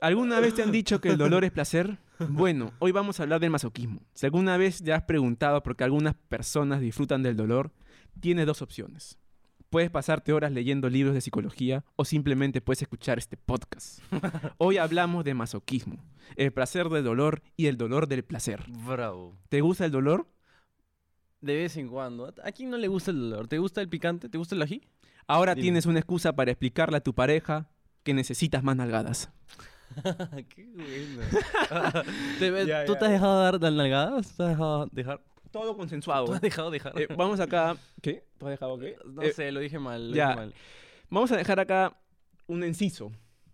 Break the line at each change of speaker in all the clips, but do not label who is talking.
¿Alguna vez te han dicho que el dolor es placer? Bueno, hoy vamos a hablar del masoquismo. Si alguna vez te has preguntado por qué algunas personas disfrutan del dolor, tienes dos opciones. Puedes pasarte horas leyendo libros de psicología o simplemente puedes escuchar este podcast. Hoy hablamos de masoquismo, el placer del dolor y el dolor del placer.
Bravo.
¿Te gusta el dolor?
De vez en cuando. ¿A quién no le gusta el dolor? ¿Te gusta el picante? ¿Te gusta el ají?
Ahora
Dime.
tienes una excusa para explicarle a tu pareja que necesitas más nalgadas.
Qué bueno. ¿Te ves-
Ya,
¿Tú
ya.
te has dejado dar, dar nalgadas? ¿Te has dejado dejar?
Todo
¿Tú
consensuado.
has dejado dejar?
Eh, vamos acá. ¿Qué? ¿Tú has dejado qué?
no
Eh,
sé, lo dije mal. Lo
ya.
dije mal.
Vamos a dejar acá un inciso.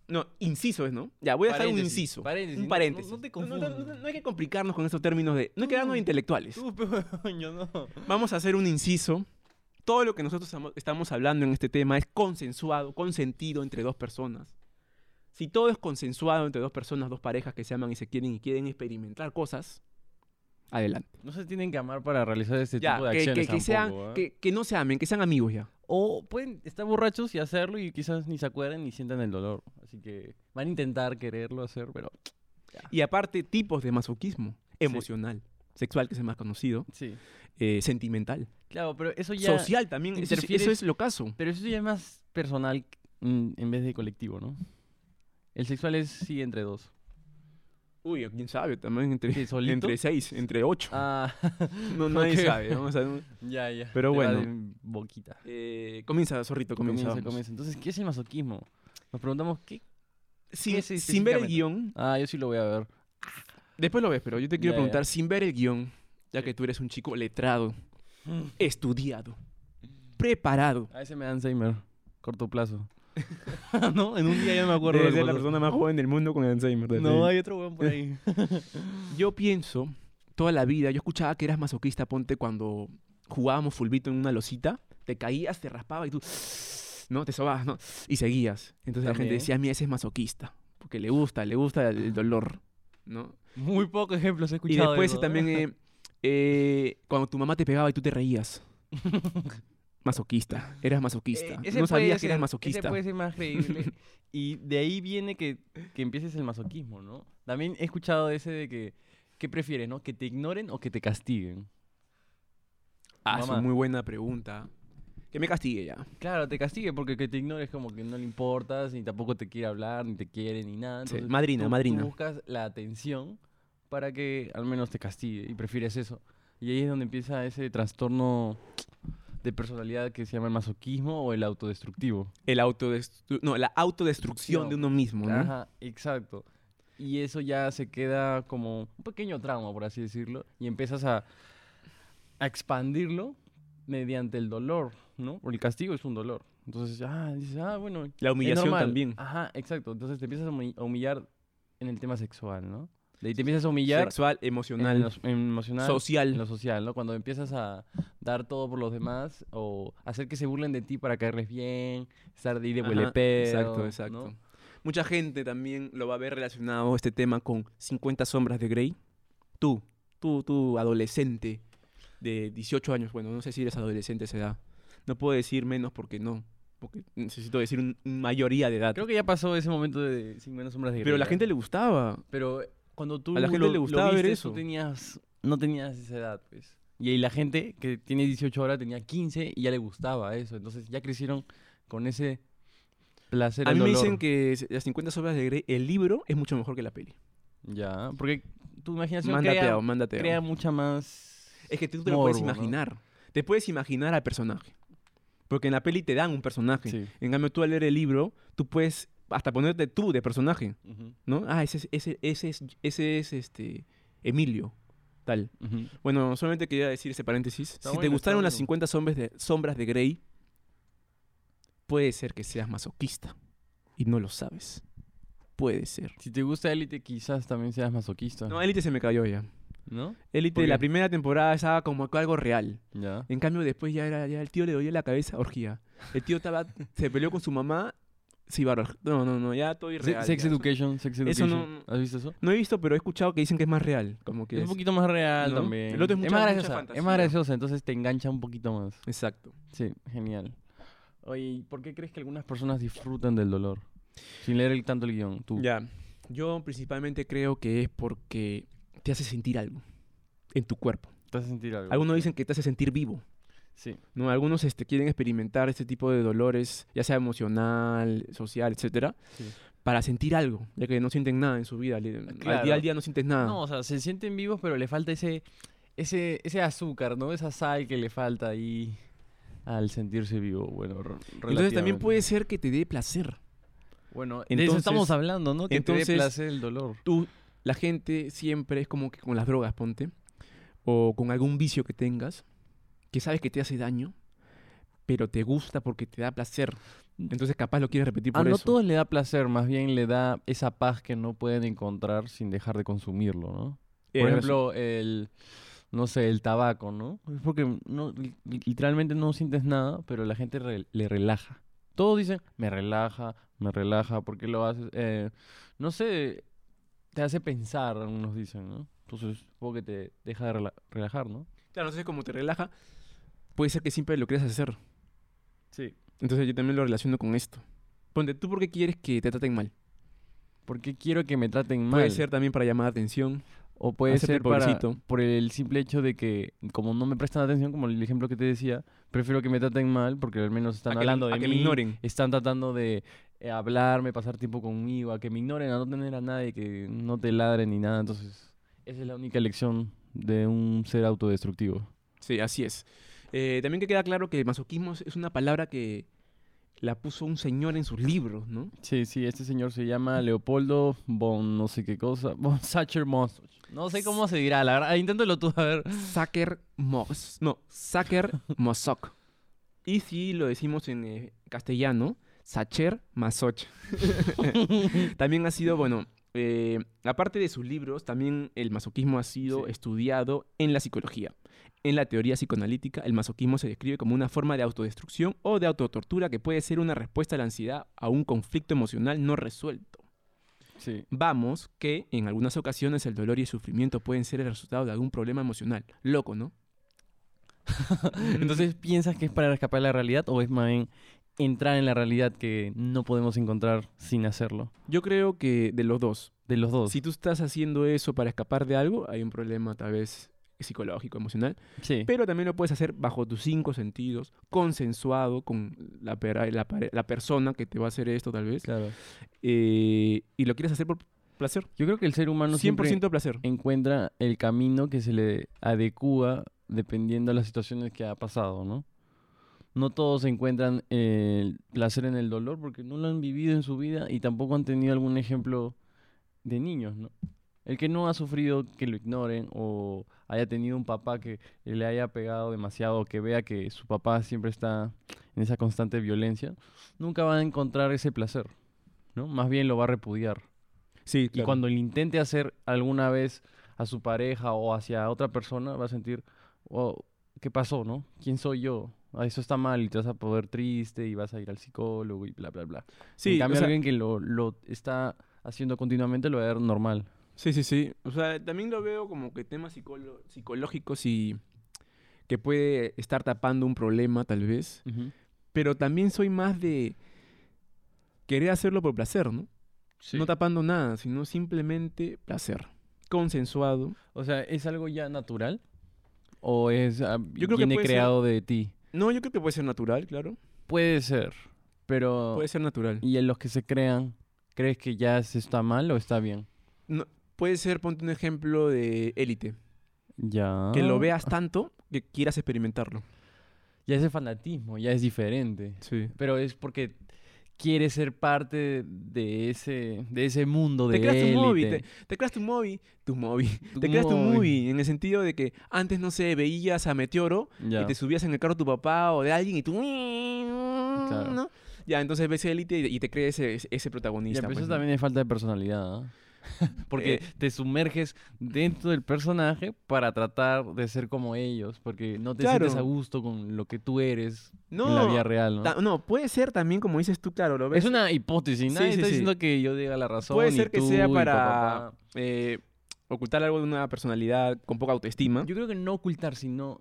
No, inciso es, ¿no? Ya, voy a dejar un
Paréntesis,
inciso.
paréntesis.
Un
No-
paréntesis.
no- no te
No,
confundas.
no hay que complicarnos con esos términos de. No hay que darnos
No.
de intelectuales.
Tú, peón, yo no.
Vamos a hacer un inciso. Todo lo que nosotros estamos- estamos hablando en este tema es consensuado, consentido entre dos personas. Si todo es consensuado entre dos personas, dos parejas que se aman y se quieren y quieren experimentar cosas, adelante.
No se tienen que amar para realizar este
Ya,
tipo de
que, que-
acciones
que sean,
tampoco, ¿ah?
que, que no se amen, que sean amigos ya.
O pueden estar borrachos y hacerlo y quizás ni se acuerden ni sientan el dolor. Así que van a intentar quererlo hacer, pero
Y aparte, tipos de masoquismo. Emocional, sexual, que es el más conocido,
sí.
eh, sentimental,
Claro, pero eso ya...
social también. Eso, es-
interfieres-
eso es lo caso.
Pero eso ya es más personal mm, en vez de colectivo, ¿no? El sexual es sí entre dos.
Uy, quién sabe, también entre,
¿Sí, solito?
entre seis, entre ocho.
Ah,
no, nadie
ok.
sabe. Vamos a ver.
ya, ya.
Pero
Te va
bueno.
de Boquita.
Eh, comienza, zorrito, comienza. vamos.
comienza. Entonces, ¿qué es el masoquismo? Nos preguntamos qué.
Sin,
¿Qué es
sin ver el
específicamente?
guión,
Ah, yo sí lo voy a ver.
después lo ves, pero yo te quiero
Ya, ya.
preguntar, sin ver el guión, ya que tú eres un chico letrado, estudiado, preparado,
A veces Mm, me da Alzheimer. Corto plazo. ¿No? En un día ya me acuerdo.
debes
del
ser la
color.
persona más joven del mundo con Alzheimer. de
No,
ti.
hay otro weón por ahí.
Yo pienso, toda la vida, yo escuchaba que eras masoquista, ponte cuando jugábamos fulbito en una losita, te caías, te raspabas y tú, no, te sobabas, ¿no? Y seguías. Entonces la gente
También.
decía, mira, ese es masoquista, porque le gusta, le gusta el dolor, ¿no?
Muy pocos ejemplos he
Y
escuchado. de
después
eso, ¿eh?
también eh, eh, cuando tu mamá te pegaba y tú te reías. masoquista, eras masoquista.
Eh, ese
no
puede
sabías que
ser-
eras masoquista.
Ese puede ser más creíble. y de ahí viene que, que empieces el masoquismo, ¿no? También he escuchado ese de que, ¿qué prefieres, no? ¿Que te ignoren o que te castiguen?
Ah, es
Mamá.
muy buena pregunta. Que me castigue ya.
Claro, te castiguen porque que te ignores como que no le importas, ni tampoco te quiere hablar, ni te quiere, ni nada.
Sí,
Entonces,
madrina,
tú-
madrina.
Tú buscas la atención para que al menos te castigue y prefieres eso. Y ahí es donde empieza ese trastorno de personalidad que se llama el masoquismo o el autodestructivo.
El autodestru- no, la autodestrucción de uno mismo, ¿no?
Ajá, exacto. Y eso ya se queda como un pequeño trauma, por así decirlo, y empiezas a, a expandirlo mediante el dolor, ¿no? Porque el castigo es un dolor. Entonces, ah, dices, ah, bueno, es
La humillación
normal. Ah,
también.
Ajá, exacto. Entonces te empiezas a humi- a humillar en el tema sexual, ¿no? De ahí te empiezas a humillar
Sexual,
en lo
emocional,
s- en emocional, en
social.
lo social, ¿no? Cuando empiezas a dar todo por los demás o hacer que se burlen de ti para caerles bien, estar de ir de
Ajá,
huele pedo,
Exacto,
¿no?
exacto. Mucha gente también lo va a ver relacionado este tema con 50 sombras de Grey. Tú, tú, tú, adolescente de 18 años. Bueno, no sé si eres adolescente a esa edad. No puedo decir menos porque no. Porque necesito decir un- un mayoría de edad.
Creo que ya pasó ese momento de 50 sombras de Grey.
Pero a la
¿eh?
gente le gustaba.
Pero cuando tú
a la gente
lo-
le
lo
gustaba ver
viste, tú
eso.
tenías, no tenías esa edad, pues. Y ahí la gente que tiene 18 ahora tenía 15 y ya le gustaba eso. Entonces ya crecieron con ese placer
A
al
mí me
dolor.
dicen que se- las 50 sombras de Grey, el libro es mucho mejor que la peli.
Ya, porque tu imaginación
Mándate
crea,
a- mándate a-
crea mucha más...
Es que tú te lo puedes
morbo, ¿no?
imaginar. Te puedes imaginar al personaje. Porque en la peli te dan un personaje.
Sí.
En cambio, tú al leer el libro, tú puedes hasta ponerte tú de personaje,
Ujú,
¿no? Ah, ese es, ese, ese es, ese es este, Emilio, tal.
ujú.
Bueno, solamente quería decir ese paréntesis.
Está
si te
bueno, está
gustaron las
bueno.
50 sombras de, sombras de Grey, puede ser que seas masoquista y no lo sabes. Puede ser.
Si te gusta Elite, quizás también seas masoquista.
No, Elite se me cayó ya.
¿No?
Elite,
¿Por
la
qué?
primera temporada estaba como algo real.
Ya.
En cambio, después ya era, ya el tío le dolía la cabeza, orgía. El tío estaba, se peleó con su mamá, sí, barro. No, no, no, ya todo
Se-
irreal.
sex
ya.
Education, Sex
Eso
Education.
no-
¿Has visto eso?
No he visto, pero he escuchado que dicen que es más real. Como que
Es
es-
un poquito más real
¿no?
también.
El otro es mucha-
más
mucha
graciosa. Es
fantasía.
más graciosa, entonces te engancha un poquito más.
Exacto.
Sí, genial. Oye, ¿y ¿por qué crees que algunas personas disfrutan del dolor? Sin leer el, tanto el guión, tú.
Ya. Yo principalmente creo que es porque te hace sentir algo en tu cuerpo.
Te hace sentir algo.
Algunos dicen que te hace sentir vivo.
Sí.
¿no? Algunos este, quieren experimentar este tipo de dolores, ya sea emocional, social, etcétera,
Sí.
para sentir algo, ya que no sienten nada en su vida. le- Al
Claro.
día al día no sientes nada.
No, o sea, se sienten vivos, pero le falta ese, ese, ese azúcar, ¿no? Esa sal que le falta ahí al sentirse vivo. Bueno, re-
Entonces también
relativamente.
puede ser que te dé placer.
Bueno, de eso estamos
Entonces-
hablando, ¿no? Que te dé
entonces-
placer el dolor.
Tú, la gente siempre es como que con las drogas, ponte, o con algún vicio que tengas, que sabes que te hace daño, pero te gusta porque te da placer. Entonces capaz lo quieres repetir
A
por
Mm. Ah, no
eso.
todos le da placer, más bien le da esa paz que no pueden encontrar sin dejar de consumirlo, ¿no?
Eh,
Por ejemplo, el, no sé, el tabaco, ¿no? Es porque no, li- literalmente no sientes nada, pero la gente re- le relaja. Todos dicen, me relaja, me relaja, ¿por qué lo haces? Eh, no sé, te hace pensar, algunos dicen, ¿no? Entonces, supongo que te deja de rela- relajar, ¿no?
Claro, entonces como te relaja, puede ser que siempre lo quieras hacer.
Sí.
Entonces yo también lo relaciono con esto. Ponte, ¿tú por qué quieres que te traten mal?
Porque quiero que me traten mal.
Puede ser también para llamar atención.
O puede
Hacerte
ser para-
pobrecito.
por el simple hecho de que, como no me prestan atención, como el ejemplo que te decía, prefiero que me traten mal porque al
a
menos están
que-
hablando de
a que
mí,
me ignoren.
están tratando de eh, hablarme, pasar tiempo conmigo, a que me ignoren, a no tener a nadie que no te ladre ni nada. Entonces, esa es la única lección de un ser autodestructivo.
Sí, así es. Eh, también que queda claro que el masoquismo es- es una palabra que la puso un señor en sus libros, ¿no?
Sí, sí, este señor se llama Leopoldo von no sé qué cosa, von Sacher Monstruo. No sé cómo se dirá, la verdad. Inténtalo tú, a ver.
Saker Mos. No, Saker Mosok. Y si lo decimos en eh, castellano, Sacher Masoch. también ha sido, bueno, eh, aparte de sus libros, también el masoquismo ha sido
Sí.
estudiado en la psicología. En la teoría psicoanalítica, el masoquismo se describe como una forma de autodestrucción o de autotortura que puede ser una respuesta a la ansiedad a un conflicto emocional no resuelto.
Sí.
Vamos que en algunas ocasiones el dolor y el sufrimiento pueden ser el resultado de algún problema emocional. Loco, ¿no?
Entonces, ¿piensas que es para escapar de la realidad o es más bien entrar en la realidad que no podemos encontrar sin hacerlo?
Yo creo que de los dos.
De los dos.
Si tú estás haciendo eso para escapar de algo, hay un problema tal vez psicológico, emocional,
sí.
pero también lo puedes hacer bajo tus cinco sentidos, consensuado con la, pera- la, pare- la persona que te va a hacer esto tal vez,
Claro.
eh, y lo quieres hacer por placer.
Yo creo que el ser
100%
humano siempre
placer.
encuentra el camino que se le adecua dependiendo de las situaciones que ha pasado, ¿no? No todos encuentran el placer en el dolor porque no lo han vivido en su vida y tampoco han tenido algún ejemplo de niños, ¿no? El que no ha sufrido que lo ignoren o haya tenido un papá que le haya pegado demasiado o que vea que su papá siempre está en esa constante violencia, nunca va a encontrar ese placer, ¿no? Más bien lo va a repudiar.
Sí,
Y cuando lo intente hacer alguna vez a su pareja o hacia otra persona, va a sentir, wow, ¿qué pasó, no? ¿Quién soy yo? Ah, Eso está mal y te vas a poder triste y vas a ir al psicólogo y bla, bla, bla.
sí,
en cambio,
o sea,
alguien que lo, lo está haciendo continuamente lo va a ver normal.
Sí, sí, sí. O sea, también lo veo como que temas psicolo- psicológicos y que puede estar tapando un problema tal vez. Pero también soy más de querer hacerlo por placer, ¿no? No tapando nada, sino simplemente placer. Consensuado.
O sea, ¿es algo ya natural? ¿O es, ah,
Yo creo que
viene
puede ser-
creado de ti?
No, yo creo que puede ser natural, claro.
Puede ser, pero...
Puede ser natural.
¿Y en los que se crean, crees que ya se está mal o está bien?
No, puede ser, ponte un ejemplo de élite.
Ya.
Que lo veas tanto que quieras experimentarlo.
Ya ese fanatismo, ya es diferente.
Sí.
Pero es porque quieres ser parte de ese, de ese mundo de
Te creas tu movie,
élite.
Te creas tu movie, tu movie,
Tu
te creas tu
movie.
movie en el sentido de que antes, no sé, veías a Meteoro
Ya.
y te subías en el carro de tu papá o de alguien y tú... ¿no? Ya, entonces ves Elite y, y te crees ese, ese
Ya,
protagonista.
pero
pues,
eso
¿no?
también es falta de personalidad, ¿ah? Porque
Eh.
te sumerges dentro del personaje para tratar de ser como ellos, porque no te sientes
Claro.
a gusto con lo que tú eres
No,
en la vida real, ¿no?
ta- no, puede ser también, como dices tú, claro, lo ves.
Es una hipótesis,
Sí,
nadie
sí,
está
sí.
diciendo que yo diga la razón.
Puede
y
ser que
tú,
sea
y pa,
para
pa, pa.
eh, ocultar algo de una personalidad con poca autoestima.
Yo creo que no ocultar, sino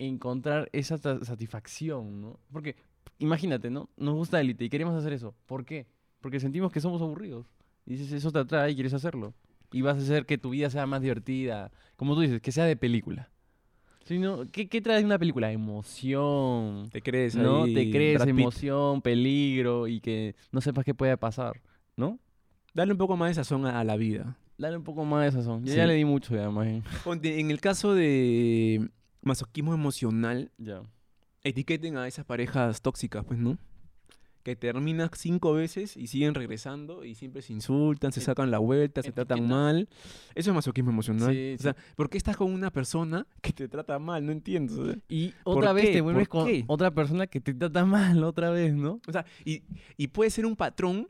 encontrar esa ta- satisfacción, ¿no? Porque imagínate, ¿no? Nos gusta Elite y queremos hacer eso. ¿Por qué? Porque sentimos que somos aburridos. Y dices, eso te atrae y quieres hacerlo. Y vas a hacer que tu vida sea más divertida. Como tú dices, que sea de película. Si no, ¿qué, ¿Qué trae una película? Emoción.
Te crees
¿No?
ahí,
Te crees
Brad Pitt.
emoción, peligro y que no sepas qué puede pasar, ¿no?
Dale un poco más de sazón a, a la vida.
Dale un poco más de sazón. Yo ya
Sí.
le di mucho, ya, más bien.
Ponte, en el caso de masoquismo emocional,
Ya.
etiqueten a esas parejas tóxicas, pues, ¿no? Que terminan cinco veces y siguen regresando y siempre se insultan, se
Et-
sacan la vuelta, se tratan
etiqueta.
mal. Eso es masoquismo emocional.
Sí,
o sea, ¿por qué estás con una persona que te trata mal? No entiendo. o sea.
Y
¿Por
otra vez
qué?
te vuelves
¿Por
con
qué?
otra persona que te trata mal otra vez, ¿no?
O sea, y, y puede ser un patrón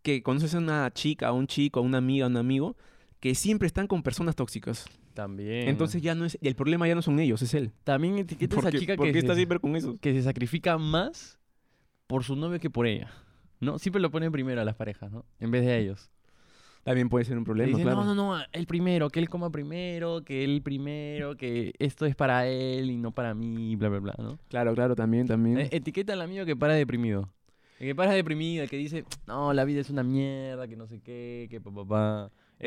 que conoces a una chica, a un chico, a una amiga, a un amigo, que siempre están con personas tóxicas.
También.
Entonces ya no es, el problema ya no son ellos, es él.
también etiqueta a
¿Por
esa
qué-
chica
por
que
qué
se-
está siempre con eso?
que se sacrifica más por su novio que por ella. ¿No? Siempre lo ponen primero a las parejas, ¿no? En vez de a ellos.
También puede ser un
Le
problema,
dicen,
claro.
no, no, no, el primero, que él coma primero, que él primero, que esto es para él y no para mí, bla, bla, bla, ¿no?
Claro, claro, también, también.
Eh, Etiqueta al amigo que para deprimido. El que para deprimido, el que dice, no, la vida es una mierda, que no sé qué, que papá. Pa, pa.
etiqueta,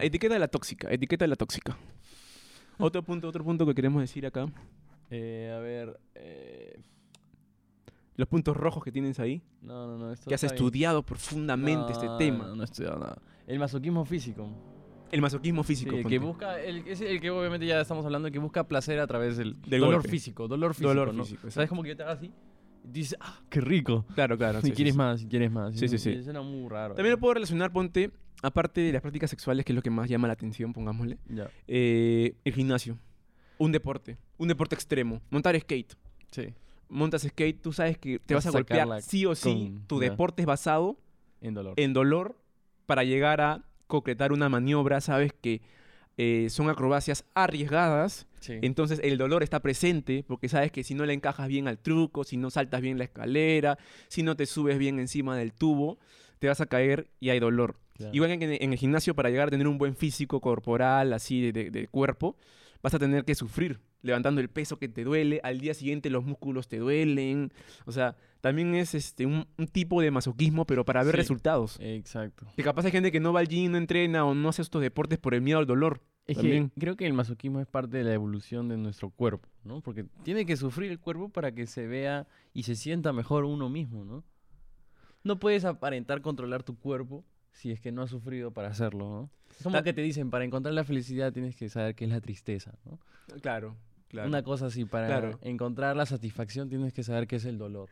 Etiquétalo.
etiqueta Ah. de la tóxica, etiqueta de la tóxica. otro punto, otro punto que queremos decir acá.
Eh, a ver. eh,
Los puntos rojos que tienes ahí,
no, no, no. Esto
que has
está bien.
estudiado profundamente este
No,
tema.
No, no he estudiado nada. El masoquismo físico.
El masoquismo
Sí,
físico.
el
ponte.
que busca. El, es el que obviamente ya estamos hablando, el que busca placer a través del.
Del
dolor
golpe.
físico. Dolor físico.
Dolor
¿no?
físico,
¿Sabes como que yo te haga así? Y dices, ¡ah, qué rico!
Claro, claro.
Si
sí, sí,
quieres
sí.
más, si quieres más.
Sí,
Y
sí,
no-
sí.
y Suena muy raro.
También lo
¿no?
puedo relacionar, ponte, aparte de las prácticas sexuales, que es lo que más llama la atención, pongámosle,
Ya.
eh, el gimnasio. Un deporte, un deporte extremo, montar skate.
Sí.
Montas skate, tú sabes que te
Vas
vas a
a sacar
golpear
la
sí o sí.
con-
Tu
ya.
deporte es basado
En dolor.
en dolor para llegar a concretar una maniobra, sabes que eh, son acrobacias arriesgadas,
Sí.
entonces el dolor está presente porque sabes que si no le encajas bien al truco, si no saltas bien la escalera, si no te subes bien encima del tubo, te vas a caer y hay dolor.
Claro.
Igual que en, en el gimnasio para llegar a tener un buen físico corporal, así de, de- de cuerpo, vas a tener que sufrir levantando el peso que te duele, al día siguiente los músculos te duelen, o sea, también es este, un, un tipo de masoquismo, pero para ver
Sí.
resultados.
Exacto.
Que capaz hay gente que no va al gym, no entrena o no hace estos deportes por el miedo al dolor.
Es
También.
que creo que el masoquismo es parte de la evolución de nuestro cuerpo, ¿no? Porque tiene que sufrir el cuerpo para que se vea y se sienta mejor uno mismo, ¿no? No puedes aparentar controlar tu cuerpo si es que no has sufrido para hacerlo, ¿no? Es como
Ta-
que te dicen, para encontrar la felicidad tienes que saber qué es la tristeza, ¿no?
Claro, claro.
Una cosa así, para
Claro.
encontrar la satisfacción tienes que saber qué es el dolor.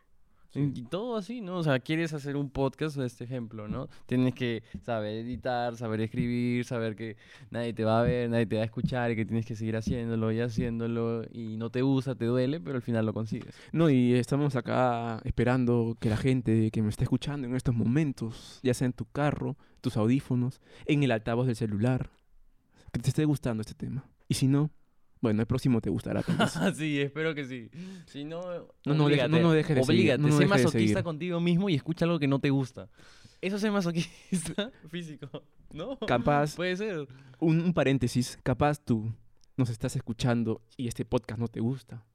Sí.
Y todo así, ¿no? O sea, quieres hacer un podcast de este ejemplo, ¿no? Tienes que saber editar, saber escribir, saber que nadie te va a ver, nadie te va a escuchar y que tienes que seguir haciéndolo y haciéndolo y no te gusta, te duele, pero al final lo consigues.
No, y estamos acá esperando que la gente que me está escuchando en estos momentos, ya sea en tu carro, tus audífonos, en el altavoz del celular, que te esté gustando este tema. Y si no, bueno, el próximo te gustará. tal vez.
Ah, sí, espero que sí. Si no,
No, no, deja- no, no, deje de seguir,
Oblígate,
no, no,
sé
deje de
masoquista
seguir.
contigo mismo y escucha algo que no te gusta. Eso es ser masoquista físico, ¿no?
capaz,
Puede ser.
un, un paréntesis, capaz tú nos estás escuchando y este podcast no te gusta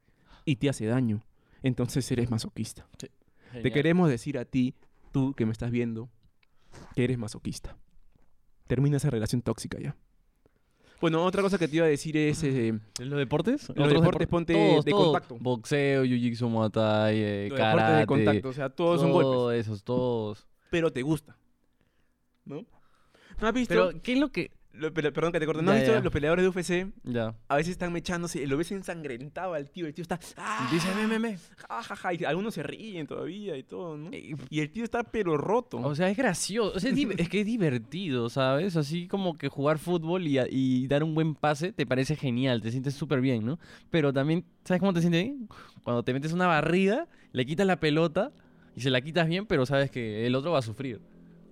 y te hace daño. Entonces eres masoquista. Te
Genial.
queremos decir a ti, tú que me estás viendo, que eres masoquista. Termina esa relación tóxica ya. Bueno, otra cosa que te iba a decir es... eh,
¿En ¿Los deportes?
los
¿Otros
deportes, ponte de contacto.
Boxeo, jiu-jitsu, muay thai, eh,
los deportes
karate.
de contacto, o sea, todos son golpes.
Todos esos, todos.
Pero te gusta. ¿No? ¿No has visto?
Pero, ¿qué es lo que...?
Lo- pele- perdón que te corte. ¿No has
Ya,
visto
ya.
los peleadores de UFC?
Ya.
A veces están mechándose, lo ves ensangrentado al tío, el tío está... ¡Ah!
Dice, me, me, me.
ja, ja, ja", y algunos se ríen todavía y todo, ¿no? Y el tío está pero roto.
O sea, es gracioso. o sea, es, div- es que es divertido, ¿sabes? Así como que jugar fútbol y, a- y dar un buen pase te parece genial, te sientes súper bien, ¿no? Pero también, ¿sabes cómo te sientes bien? Cuando te metes una barrida, le quitas la pelota y se la quitas bien, pero sabes que el otro va a sufrir.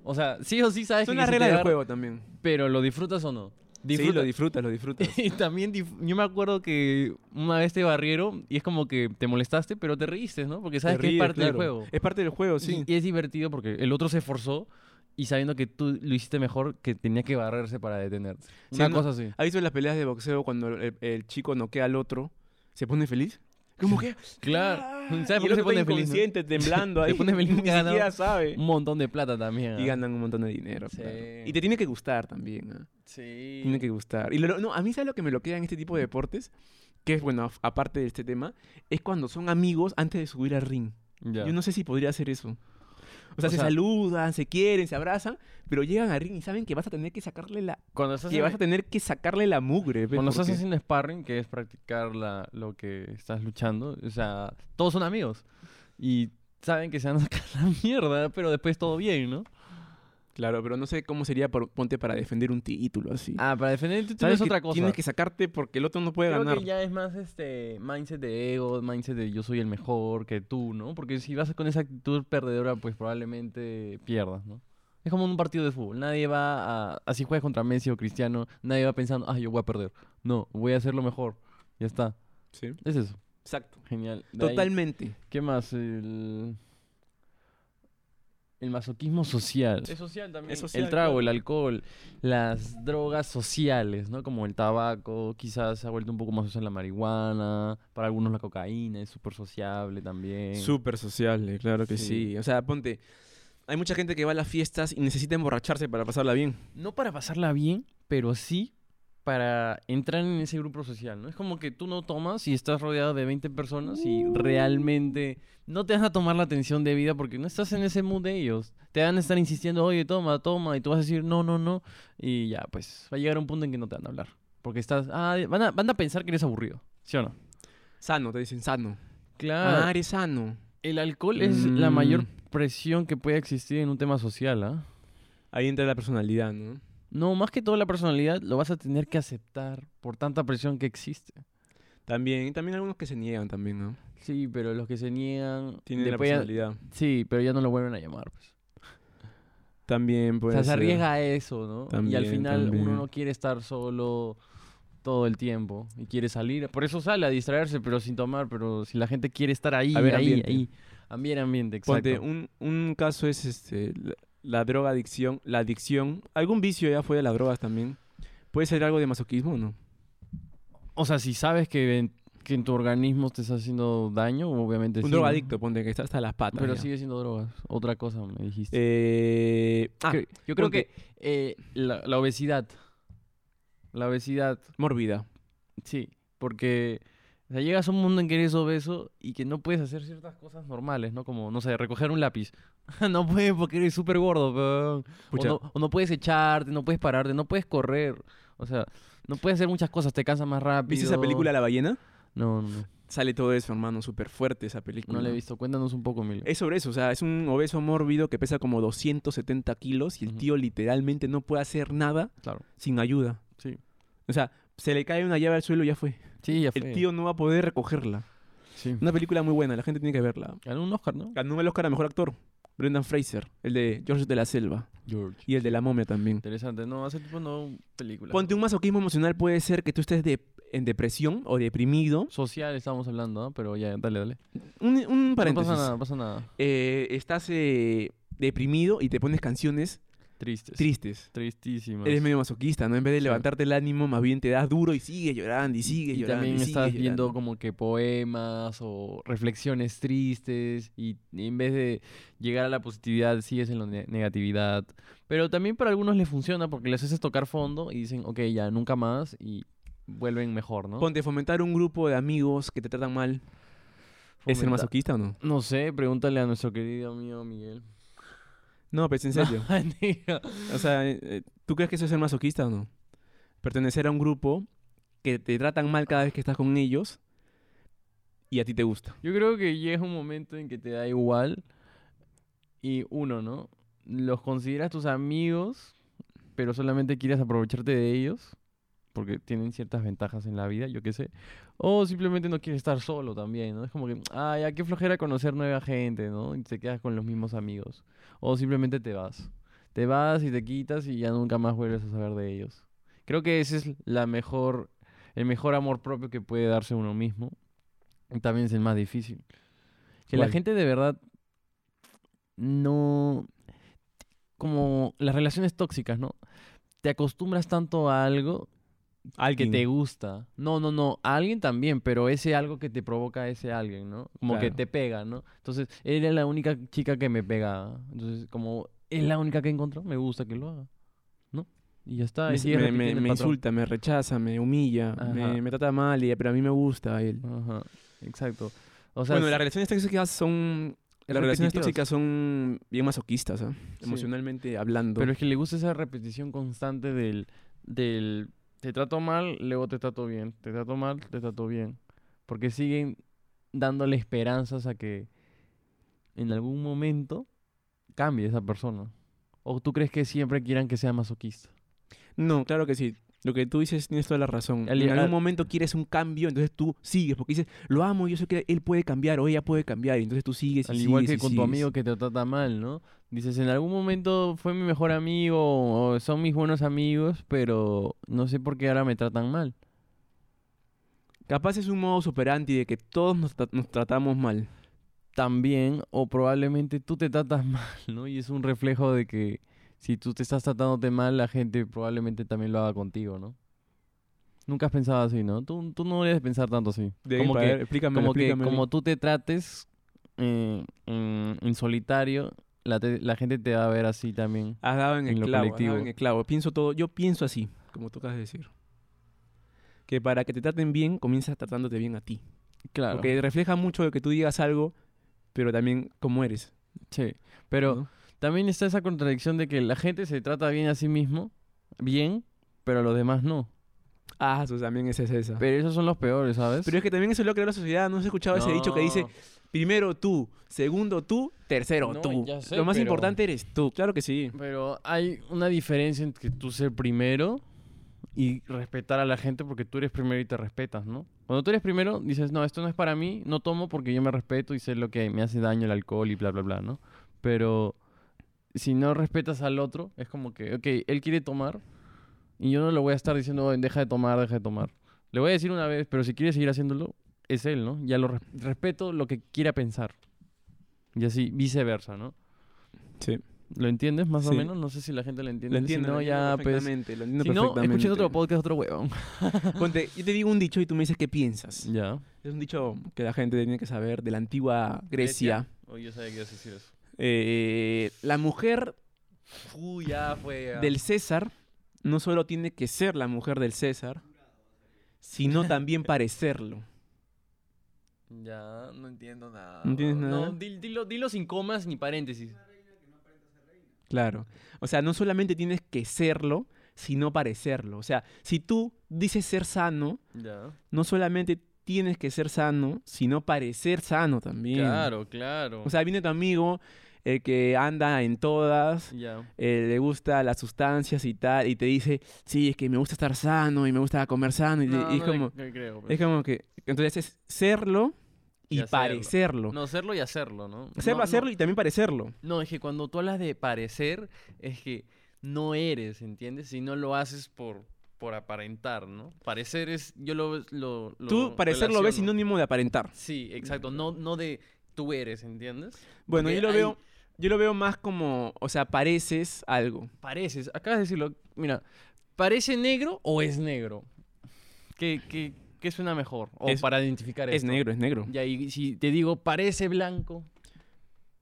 O sea, sí o sí sabes
Son
que
las
si te
reglas del
agarra-
juego también.
Pero lo disfrutas o no.
Sí, lo
Disfruta-
disfrutas, lo disfrutas.
y también dif- yo me acuerdo que una vez te barrieron y es como que te molestaste, pero te reíste, ¿no? Porque sabes
Te
que
ríes,
es parte del
claro.
juego.
Es parte del juego, sí.
Y, y es divertido porque el otro se esforzó y sabiendo que tú lo hiciste mejor, que tenía que barrerse para detenerte.
Sí,
una
no-
cosa así.
¿Has visto en las peleas de boxeo cuando el, el chico noquea al otro? ¿Se pone feliz? Como que.
Claro.
"Ah",
¿Sabes
y el
por qué
otro
se
está
pone feliz, no?
inconsciente, temblando
Se
ahí.
pone feliz
Ni
porque ha ganado.
siquiera sabe.
Un montón de plata también.
Y
¿ah?
ganan un montón de dinero. claro.
Sí.
Y te tiene que gustar también. ¿ah?
Sí.
Tiene que gustar. Y lo- lo- no, a mí, ¿sabes lo que me bloquea en este tipo de deportes? Que es, bueno, af- aparte de este tema, es cuando son amigos antes de subir al ring.
Ya.
Yo no sé si podría hacer eso. O sea,
O
se
sea-
saludan, se quieren, se abrazan, pero llegan al ring y saben que vas a tener que sacarle la,
Cuando estás,
que
en-
vas a tener que sacarle la mugre. pe,
cuando estás
porque-
haciendo sparring, que es practicar la, lo que estás luchando, o sea, todos son amigos. Y saben que se van a sacar la mierda, pero después todo bien, ¿no?
Claro, pero no sé cómo sería por- ponte para defender un título así.
Ah, para defender el título
Sabes
es
que
otra cosa.
Tienes que sacarte porque el otro no puede
Creo
ganar.
que ya es más este mindset de ego, mindset de yo soy el mejor que tú, ¿no? Porque si vas con esa actitud perdedora, pues probablemente pierdas, ¿no? Es como en un partido de fúbol. Nadie va a. Así juegas contra Messi o Cristiano, nadie va pensando, ah, yo voy a perder. No, voy a hacer lo mejor. Ya está.
Sí.
Es eso.
Exacto.
Genial. De ahí,
Totalmente.
¿Qué más? El. El masoquismo social. Es social también.
Es social,
el trago,
claro.
el alcohol, las drogas sociales, ¿no? Como el tabaco, quizás se ha vuelto un poco más social la marihuana, para algunos la cocaína, es súper sociable también.
Súper sociable, claro que sí.
Sí.
O sea, ponte. Hay mucha gente que va a las fiestas y necesita emborracharse para pasarla bien.
No para pasarla bien, pero sí para entrar en ese grupo social, ¿no? Es como que tú no tomas y estás rodeado de 20 personas y realmente no te vas a tomar la atención debida porque no estás en ese mood de ellos. Te van a estar insistiendo, oye, toma, toma, y tú vas a decir, no, no, no, y ya, pues va a llegar un punto en que no te van a hablar. Porque estás, ah, van a, van a pensar que eres aburrido, ¿sí o no?
Sano, te dicen sano.
Claro.
Ah, eres sano.
el alcohol es la mayor
Mm.
presión que puede existir en un tema social, ¿ah?
Ahí entra la personalidad, ¿no?
No, más que todo la personalidad lo vas a tener que aceptar por tanta presión que existe.
También, y también algunos que se niegan también, ¿no?
Sí, pero los que se niegan...
Tienen la
después ya-
personalidad.
Sí, pero ya no lo vuelven a llamar. Pues.
También
O
puede
sea, se
ser.
arriesga a eso, ¿no? y al
También,
final
también.
uno no quiere estar solo todo el tiempo y quiere salir. Por eso sale a distraerse, pero sin tomar. Pero si la gente quiere estar ahí,
A ver,
ahí,
ambiente.
ahí. Ambiente, ambiente, exacto.
Ponte, un, un caso es este, la, la droga adicción, la adicción. Algún vicio ya fue de las drogas también. ¿Puede ser algo de masoquismo o no?
O sea, si sabes que en, que en tu organismo te está haciendo daño, obviamente
Un
sí, ¿no?
drogadicto, ponte, que está hasta las patas.
Pero
ya.
sigue siendo drogas. Otra cosa me dijiste.
Eh, ah,
Cre- yo creo
ponte-
que eh, la, la obesidad. La obesidad,
mórbida.
sí. Porque o sea, llegas a un mundo en que eres obeso y que no puedes hacer ciertas cosas normales, ¿no? Como, no sé, recoger un lápiz. no puedes porque eres súper gordo, weón. o
Pucha.
no, o no puedes echarte, no puedes pararte, no puedes correr. O sea, no puedes hacer muchas cosas, te cansas más rápido.
¿Viste esa película La ballena?
No, no, no.
Sale todo eso, hermano, súper fuerte esa película.
No la he visto. Cuéntanos un poco, Emilio.
Es sobre eso, o sea, es un obeso mórbido que pesa como 270 kilos y el
Ujú.
tío literalmente no puede hacer nada
Claro.
sin ayuda.
Sí.
O sea, se le cae una llave al suelo y ya fue.
Sí, ya fue.
El tío no va a poder recogerla.
Sí.
Una película muy buena, la gente tiene que verla.
Ganó un Oscar, ¿no?
Ganó el Oscar a Mejor Actor, Brendan Fraser, el de George de la Selva
George.
y el de La Momia también.
Interesante. No, hace tipo no película.
Ponte un masoquismo emocional, puede ser que tú estés de- en depresión o deprimido.
social estábamos hablando, ¿ah? pero ya, dale, dale.
Un, un paréntesis.
No pasa nada, no pasa nada.
Eh, estás eh, deprimido y te pones canciones
Tristes.
tristes.
Tristísimas.
Eres medio masoquista, ¿no? En vez de
Sí.
levantarte el ánimo, más bien te das duro y sigues llorando y
y
sigues llorando.
también
y sigues
estás viendo
llorando.
como que poemas o reflexiones tristes y en vez de llegar a la positividad sigues en la ne- negatividad. Pero también para algunos les funciona porque les haces tocar fondo y dicen, ok, ya, nunca más y vuelven mejor, ¿no?
Ponte, fomentar un grupo de amigos que te tratan mal. ¿Es ser
Fomenta-
masoquista o no?
No sé, pregúntale a nuestro querido amigo Miguel.
No, pues en serio.
Mentira.
o sea, eh, eh, ¿tú crees que eso es ser masoquista o no? Pertenecer a un grupo que te tratan mal cada vez que estás con ellos y a ti te gusta.
Yo creo que llega un momento en que te da igual y uno, ¿no? Los consideras tus amigos, pero solamente quieres aprovecharte de ellos porque tienen ciertas ventajas en la vida, yo qué sé. O simplemente no quieres estar solo también, ¿no? Es como que, ay, ya qué flojera conocer nueva gente, ¿no? Y te quedas con los mismos amigos. O simplemente te vas. Te vas y te quitas y ya nunca más vuelves a saber de ellos. Creo que ese es la mejor, el mejor amor propio que puede darse uno mismo. Y También es el más difícil. Que
¿Cuál?
la gente de verdad no... Como las relaciones tóxicas, ¿no? Te acostumbras tanto a algo Al que
Alguien.
te gusta. No, no, no. A alguien también, pero ese algo que te provoca a ese alguien, ¿no? Como que
Claro.
te pega, ¿no? Entonces, ella es la única chica que me pega. Entonces, como es la única que encontró, me gusta que lo haga. ¿No? Y ya está.
Me,
y sigue
me- me-
repitiendo el
me
patrón.
insulta, me rechaza, me humilla,
Ajá.
me, me trata mal, y- pero a mí me gusta a él.
Ajá. Exacto. O sea,
bueno,
sí-
las relaciones tóxicas son. Las relaciones
Repetitivas.
tóxicas son bien masoquistas, ¿ah?
Sí.
emocionalmente hablando.
Pero es que le gusta esa repetición constante del, del te trato mal, luego te trato bien, te trato mal, te trato bien. Porque siguen dándole esperanzas a que en algún momento cambie esa persona. ¿O tú crees que siempre quieran que sea masoquista?
No, claro que sí. Lo que tú dices tienes toda la razón.
Al-
en
al-
algún momento quieres un cambio, entonces tú sigues, porque dices, lo amo, yo sé que él puede cambiar o ella puede cambiar, y entonces tú sigues. y
Al igual
sigues,
que
y
con tu
sigues.
amigo que te trata mal, ¿no? Dices, en algún momento fue mi mejor amigo o son mis buenos amigos, pero no sé por qué ahora me tratan mal.
Capaz es un modo superanti de que todos nos, tra- nos tratamos mal.
también o probablemente tú te tratas mal, ¿no? Y es un reflejo de que si tú te estás tratándote mal, la gente probablemente también lo haga contigo, ¿no? Nunca has pensado así, ¿no? Tú, tú no debes pensar tanto así. como
para
que,
ver, explícame,
como, que
explícame.
como tú te trates eh, en, en solitario, la, te- la gente te va a ver así también.
Has dado en,
en
el
lo
clavo, has
colectivo.
dado en el clavo. Pienso todo, yo pienso así, como tú acabas de decir. Que para que te traten bien, comienzas tratándote bien a ti.
Claro.
Porque refleja mucho de que tú digas algo, pero también cómo eres.
Sí. Pero
¿no?
también está esa contradicción de que la gente se trata bien a sí mismo, bien, pero los demás no.
Ah, eso también es es esa.
Pero esos son los peores, ¿sabes?
Pero es que también eso lo creó la sociedad. No has escuchado ese dicho que dice,
No.
primero tú, segundo tú, tercero
No,
tú.
ya sé,
Lo más
pero-
importante eres tú. Claro que sí.
Pero hay una diferencia entre tú ser primero y respetar a la gente porque tú eres primero y te respetas, ¿no? Cuando tú eres primero, dices, no, esto no es para mí, no tomo porque yo me respeto y sé lo que me hace daño el alcohol y bla, bla, bla, ¿no? Pero si no respetas al otro, es como que, ok, él quiere tomar y yo no le voy a estar diciendo, "Oye, deja de tomar, deja de tomar. Le voy a decir una vez, pero si quiere seguir haciéndolo, es él, ¿no? Ya lo res- respeto lo que quiera pensar. Y así, viceversa, ¿no?
Sí.
¿Lo entiendes más o
Sí.
menos? No sé si la gente lo entiende.
Lo entiendo,
si no,
lo entiendo
ya, pues...
perfectamente. Lo entiendo
Si no,
perfectamente.
escuchen otro podcast, otro huevón. pues.
Ponte, yo te digo un dicho y tú me dices qué piensas.
Ya.
Es un dicho que la gente tiene que saber de la antigua Grecia.
Oye, yo sabía que ibas a decir eso.
Eh, la mujer
Uy, ya fue.
del César no solo tiene que ser la mujer del César, sino también parecerlo.
Ya, no entiendo nada.
¿No entiendes nada?
No, dil- dilo, dilo sin comas ni paréntesis.
Claro. O sea, no solamente tienes que serlo, sino parecerlo. O sea, si tú dices ser sano,
Ya.
no solamente tienes que ser sano, sino parecer sano también.
Claro, claro.
O sea, viene tu amigo, el que anda en todas,
ya.
eh, le gusta las sustancias y tal, y te dice, sí, es que me gusta estar sano y me gusta comer sano. Y, te- y es, como,
creo,
es como que, entonces es serlo
pues Y
y,
hacerlo.
parecerlo.
No, serlo y hacerlo, ¿no?
Ser,
no,
hacerlo y también parecerlo.
No, es que cuando tú hablas de parecer, es que no eres, ¿entiendes? Si no lo haces por, por aparentar, ¿no? Parecer es, yo lo... lo, lo
Tú parecerlo ves
relaciono.
sinónimo de aparentar.
Sí, exacto, no, no de tú eres, ¿entiendes?
Bueno,
Porque
yo lo
hay-
veo, yo lo veo más como, o sea, pareces algo.
Pareces, acabas de decirlo, mira, ¿parece negro o es negro? ¿Qué, qué, qué suena mejor? O
Es-
para identificar
Es
esto.
negro, es negro.
Ya, y si te digo parece blanco,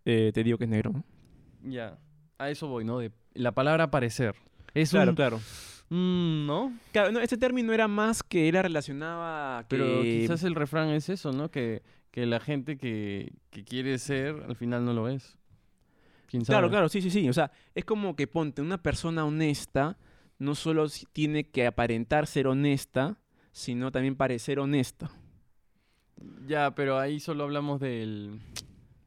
Eh, te digo que es negro. ¿no?
ya, a eso voy, ¿no? De la palabra parecer. Es
Claro,
un-
claro.
Mm, ¿no?
Claro, no, este término era más que era relacionado a que...
Pero quizás el refrán es eso, ¿no? Que, que la gente que, que quiere ser, al final no lo es. ¿Quién
Claro,
sabe?
claro, sí, sí, sí. O sea, es como que ponte, una persona honesta no solo si- tiene que aparentar ser honesta, sino también parecer honesta.
Ya, pero ahí solo hablamos del...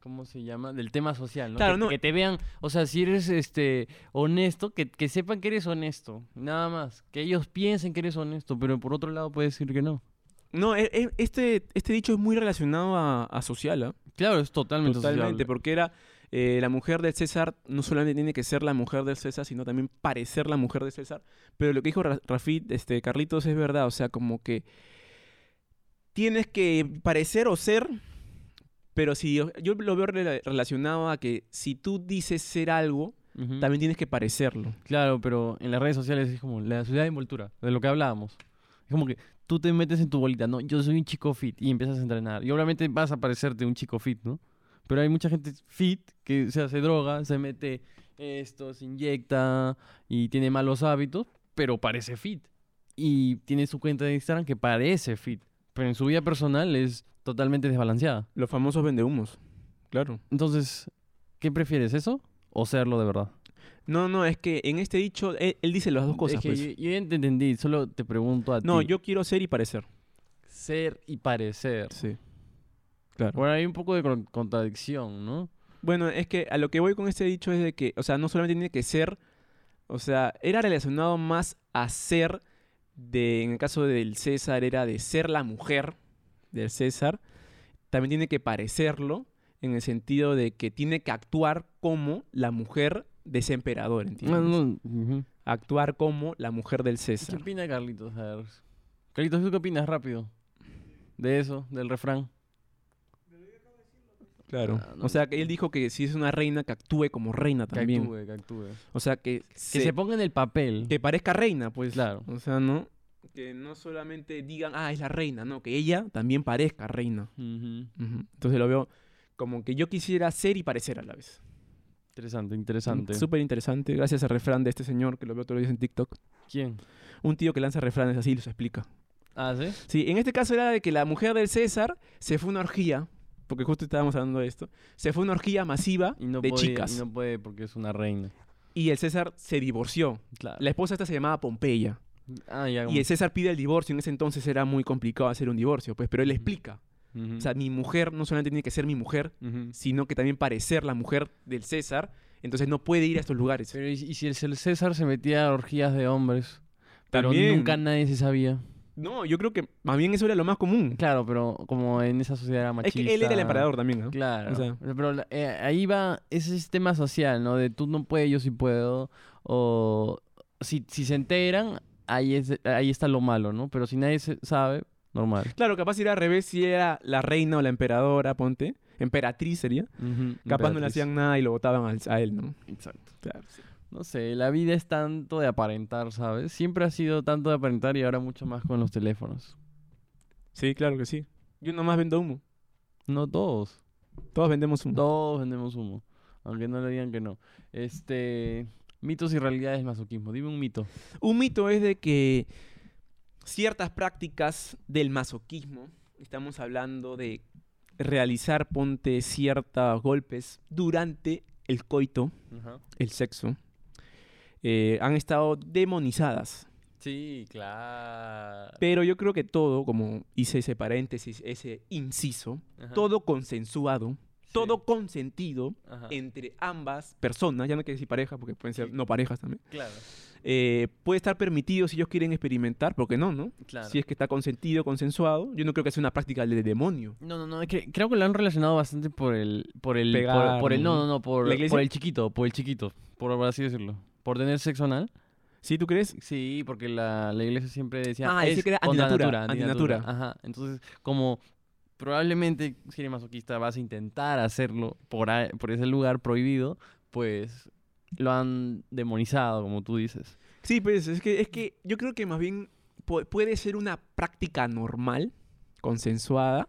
¿Cómo se llama? Del tema social, ¿no?
Claro,
que,
no.
que te vean, o sea, si eres este honesto, que, que sepan que eres honesto, nada más. Que ellos piensen que eres honesto, pero por otro lado puedes decir que no.
No, e- e- este, este dicho es muy relacionado a, a social, ¿ah?
Claro, es totalmente
Totalmente,
sociable.
porque era eh, la mujer del César, no solamente tiene que ser la mujer del César, sino también parecer la mujer del César. Pero lo que dijo Ra- Rafit, este, Carlitos, es verdad, o sea, como que tienes que parecer o ser, pero si yo, yo lo veo rela- relacionado a que si tú dices ser algo,
Ujú.
también tienes que parecerlo.
Claro, pero en las redes sociales es como la ciudad de envoltura, de lo que hablábamos. como que tú te metes en tu bolita, no, yo soy un chico fit y empiezas a entrenar. Y obviamente vas a parecerte un chico fit, ¿no? Pero hay mucha gente fit que se hace droga, se mete esto, se inyecta y tiene malos hábitos, pero parece fit. Y tiene su cuenta de Instagram que parece fit, pero en su vida personal es totalmente desbalanceada.
Los famosos vendehumos. Claro.
Entonces, ¿qué prefieres, eso o serlo de verdad?
No, no, es que en este dicho él, él dice las dos cosas.
Es que
pues.
yo, yo ya te entendí, solo te pregunto a ti.
No, yo quiero ser y parecer.
Ser y parecer.
Sí. Claro.
Bueno, hay un poco de con- contradicción, ¿no?
Bueno, es que a lo que voy con este dicho es de que, o sea, no solamente tiene que ser, o sea, era relacionado más a ser, de, en el caso del César era de ser la mujer del César, también tiene que parecerlo en el sentido de que tiene que actuar como la mujer de ese emperador, ¿entiendes?
Ah, No, no, ujú.
Actuar como la mujer del
¿Qué
César.
opina Carlitos? A ver. Carlitos, ¿tú qué opinas rápido? De eso, del refrán.
Claro.
Ah, no.
O sea, que él dijo que si es una reina, que actúe como reina también.
Que actúe, que actúe.
O sea, que,
Que se ponga en el papel.
que parezca reina, pues.
Claro.
O sea, ¿no? Que no solamente digan, ah, es la reina, no, que ella también parezca reina.
Ujú.
Ujú. Entonces lo veo como que yo quisiera ser y parecer a la vez.
Interesante, interesante.
Súper interesante, gracias al refrán de este señor que lo veo todos los días en TikTok.
¿Quién?
Un tío que lanza refranes así y los explica.
Ah, ¿sí?
Sí, en este caso era de que la mujer del César se fue a una orgía, porque justo estábamos hablando de esto, se fue a una orgía masiva
Y no
de
podía-
chicas.
Y no puede porque es una reina.
y el César se divorció.
Claro.
La esposa esta se llamaba Pompeya.
Ah, ya. como-
Y el César pide el divorcio. En ese entonces era muy complicado hacer un divorcio, pues, pero él
Ujú.
explica.
Ujú.
O sea, mi mujer no solamente tiene que ser mi mujer,
Ujú.
sino que también parecer la mujer del César. Entonces no puede ir a estos lugares.
Pero ¿y, y si el Cel- César se metía a orgías de hombres? Pero
También.
nunca nadie se sabía.
No, yo creo que más bien eso era lo más común.
Claro, pero como en esa sociedad era
es
machista.
que él era el emperador también, ¿no?
Claro.
O sea.
Pero la- eh, ahí va ese sistema social, ¿no? De tú no puedes, yo sí puedo. O si, si se enteran, ahí, es, ahí está lo malo, ¿no? Pero si nadie se sabe, normal.
Claro, capaz era al revés si era la reina o la emperadora, ponte. Emperatriz sería. Capaz no le hacían nada y lo votaban al- a él, ¿no?
Exacto.
Claro.
No sé, la vida es tanto de aparentar, ¿sabes? Siempre ha sido tanto de aparentar y ahora mucho más con los teléfonos.
Sí, claro que sí. Yo nomás vendo humo.
No todos.
Todos vendemos humo.
Todos vendemos humo. Aunque no le digan que no. Este. Mitos y realidades masoquismo. Dime un mito.
Un mito es de que ciertas prácticas del masoquismo, estamos hablando de realizar, ponte, ciertos golpes durante el coito, el sexo, eh, han estado demonizadas.
Sí, claro.
Pero yo creo que todo, como hice ese paréntesis, ese inciso, todo consensuado, todo consentido entre ambas personas, ya no quiero decir pareja, porque pueden ser
Sí.
no parejas también,
Claro,
eh, puede estar permitido si ellos quieren experimentar, porque no, ¿no?
claro.
Si es que está consentido, consensuado, yo no creo que sea una práctica del demonio.
No, no, no. es que creo que lo han relacionado bastante por el. Por el. por- por,
Pegar,
el. No,
¿no?
no, no. Por,
¿La iglesia?
por el chiquito. Por el chiquito. Por por así decirlo. Por tener sexo anal.
¿Sí tú crees?
Sí, porque la, la iglesia siempre decía.
Ah, decía
es
que era
contra
antinatura,
natura, antinatura". Ajá. Entonces, como probablemente si eres masoquista vas a intentar hacerlo por, a- por ese lugar prohibido, pues lo han demonizado, como tú dices.
Sí, pues es que, es que yo creo que más bien pu- puede ser una práctica normal, consensuada,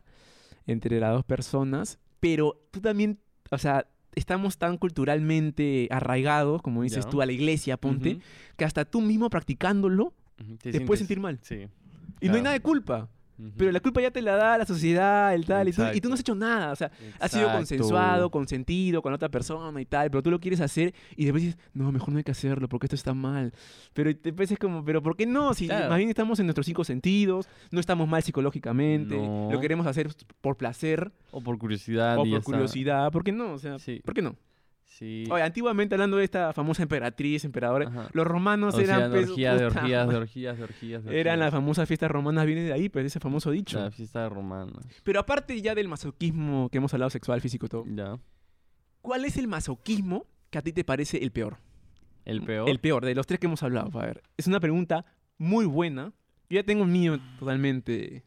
entre las dos personas, pero tú también, o sea, estamos tan culturalmente arraigados, como dices
Ya.
tú, a la iglesia, ponte, que hasta tú mismo practicándolo
Ujú, ujú,
te,
sientes-
puedes sentir mal.
Sí.
Y no hay
claro.
nada de culpa,
ujú.
pero la culpa ya te la da la sociedad, el tal, y tú, y tú
Exacto.
no has hecho nada, o sea, Ha sido
Exacto.
consensuado, consentido con la otra persona y tal, pero tú lo quieres hacer y después dices, no, mejor no hay que hacerlo porque esto está mal. Pero después es como, pero ¿por qué no? Si
Claro.
más bien estamos en nuestros cinco sentidos, no estamos mal psicológicamente,
No.
lo queremos hacer por placer
O por curiosidad.
o
y ya
por
está.
curiosidad, ¿por qué no? O sea,
Sí.
¿por qué no?
Sí.
Oye, antiguamente hablando de esta famosa emperatriz, emperadores,
Ajá.
los romanos
O sea,
eran... pues,
orgías, de
puta
orgías, de
madre,
orgías, de orgías, de orgías.
Eran las famosas fiestas romanas, viene de ahí, pues ese famoso dicho.
La fiesta romana.
Pero aparte ya del masoquismo que hemos hablado, sexual, físico, todo.
Ya.
¿Cuál es el masoquismo que a ti te parece el peor?
El peor.
El peor, de los tres que hemos hablado. A ver, es una pregunta muy buena. Yo ya tengo el mío totalmente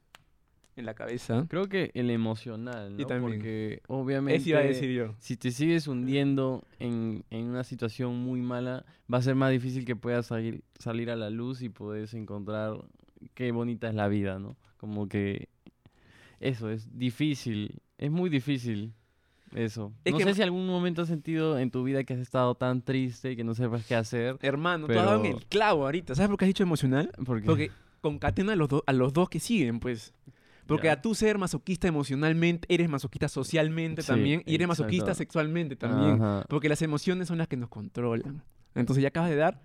en la cabeza.
Creo que el emocional, ¿no?
Y también.
Porque obviamente
Eso iba a decir yo.
si te sigues hundiendo en, en una situación muy mala, va a ser más difícil que puedas salir, salir a la luz y puedes encontrar qué bonita es la vida, ¿no? Como que eso es difícil, es muy difícil eso.
Es
no
que
sé
ma-
si algún momento has sentido en tu vida que has estado tan triste y que no sepas qué hacer.
Hermano, tú has dado en
Pero-
el clavo ahorita. ¿Sabes por qué has dicho emocional?
Porque,
Porque concatena a los, do- a los dos que siguen, pues. Porque
Ya.
a tú ser masoquista emocionalmente, eres masoquista socialmente
Sí,
también y eres masoquista
exacto. Ah.
sexualmente también.
Ajá.
Porque las emociones son las que nos controlan. Entonces ya acabas de dar.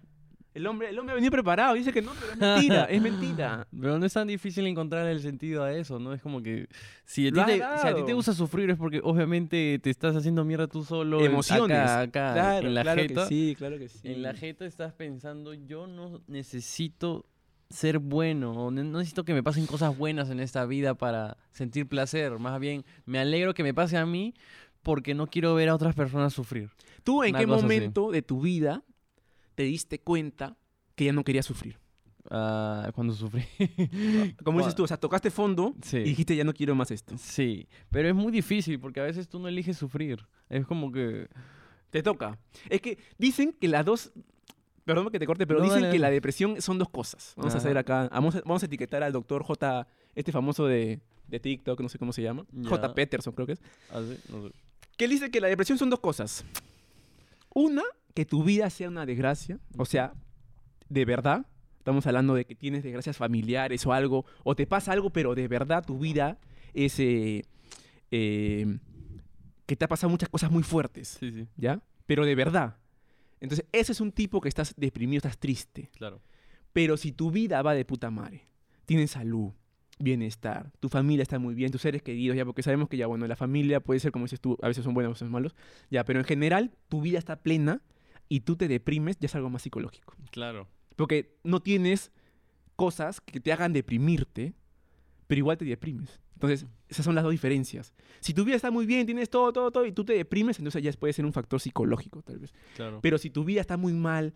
El hombre, el hombre ha venido preparado, dice que no, pero es mentira, es mentira.
Pero no es tan difícil encontrar el sentido a eso, ¿no? Es como que si a, ti
Lo has
te, si a ti te
dado.
gusta sufrir es porque obviamente te estás haciendo mierda tú solo. en-
Emociones,
Acá, acá,
Claro,
en la
claro
jeta.
que sí, claro que sí.
En la jeta estás pensando, yo no necesito ser bueno, o no no necesito que me pasen cosas buenas en esta vida para sentir placer. Más bien, me alegro que me pase a mí porque no quiero ver a otras personas sufrir.
¿Tú en
Una
qué
cosa así.
momento de tu vida te diste cuenta que ya no querías sufrir?
Ah, cuando sufrí.
Como dices
Bueno,
tú, o sea, tocaste fondo y
Sí.
dijiste ya no quiero más esto.
Sí, pero es muy difícil porque a veces tú no eliges sufrir. Es como que...
Te toca. Es que dicen que las dos. Perdón que te corte, pero
No,
dicen
dale,
que la
dale.
depresión son dos cosas. Vamos a
Ajá.
hacer acá. Vamos a, vamos a etiquetar al doctor J. Este famoso de, de TikTok, no sé cómo se llama.
Ya.
J. Peterson, creo que es.
así, ah, no sé.
Que él dice que la depresión son dos cosas. Una, que tu vida sea una desgracia. O sea, de verdad. Estamos hablando de que tienes desgracias familiares o algo. O te pasa algo, pero de verdad tu vida es. eh, eh, que te ha pasado muchas cosas muy fuertes.
Sí, sí,
¿ya? Pero de verdad. Entonces, ese es un tipo que estás deprimido, estás triste.
claro.
Pero si tu vida va de puta madre, tienes salud, bienestar, tu familia está muy bien, tus seres queridos, ya, porque sabemos que ya, bueno, la familia puede ser, como dices tú, a veces son buenos, a veces son malos, ya, pero en general, tu vida está plena y tú te deprimes, ya es algo más psicológico.
Claro.
Porque no tienes cosas que te hagan deprimirte, pero igual te deprimes. Entonces, esas son las dos diferencias. Si tu vida está muy bien, tienes todo, todo, todo, y tú te deprimes, entonces ya puede ser un factor psicológico, tal vez.
Claro.
Pero si tu vida está muy mal,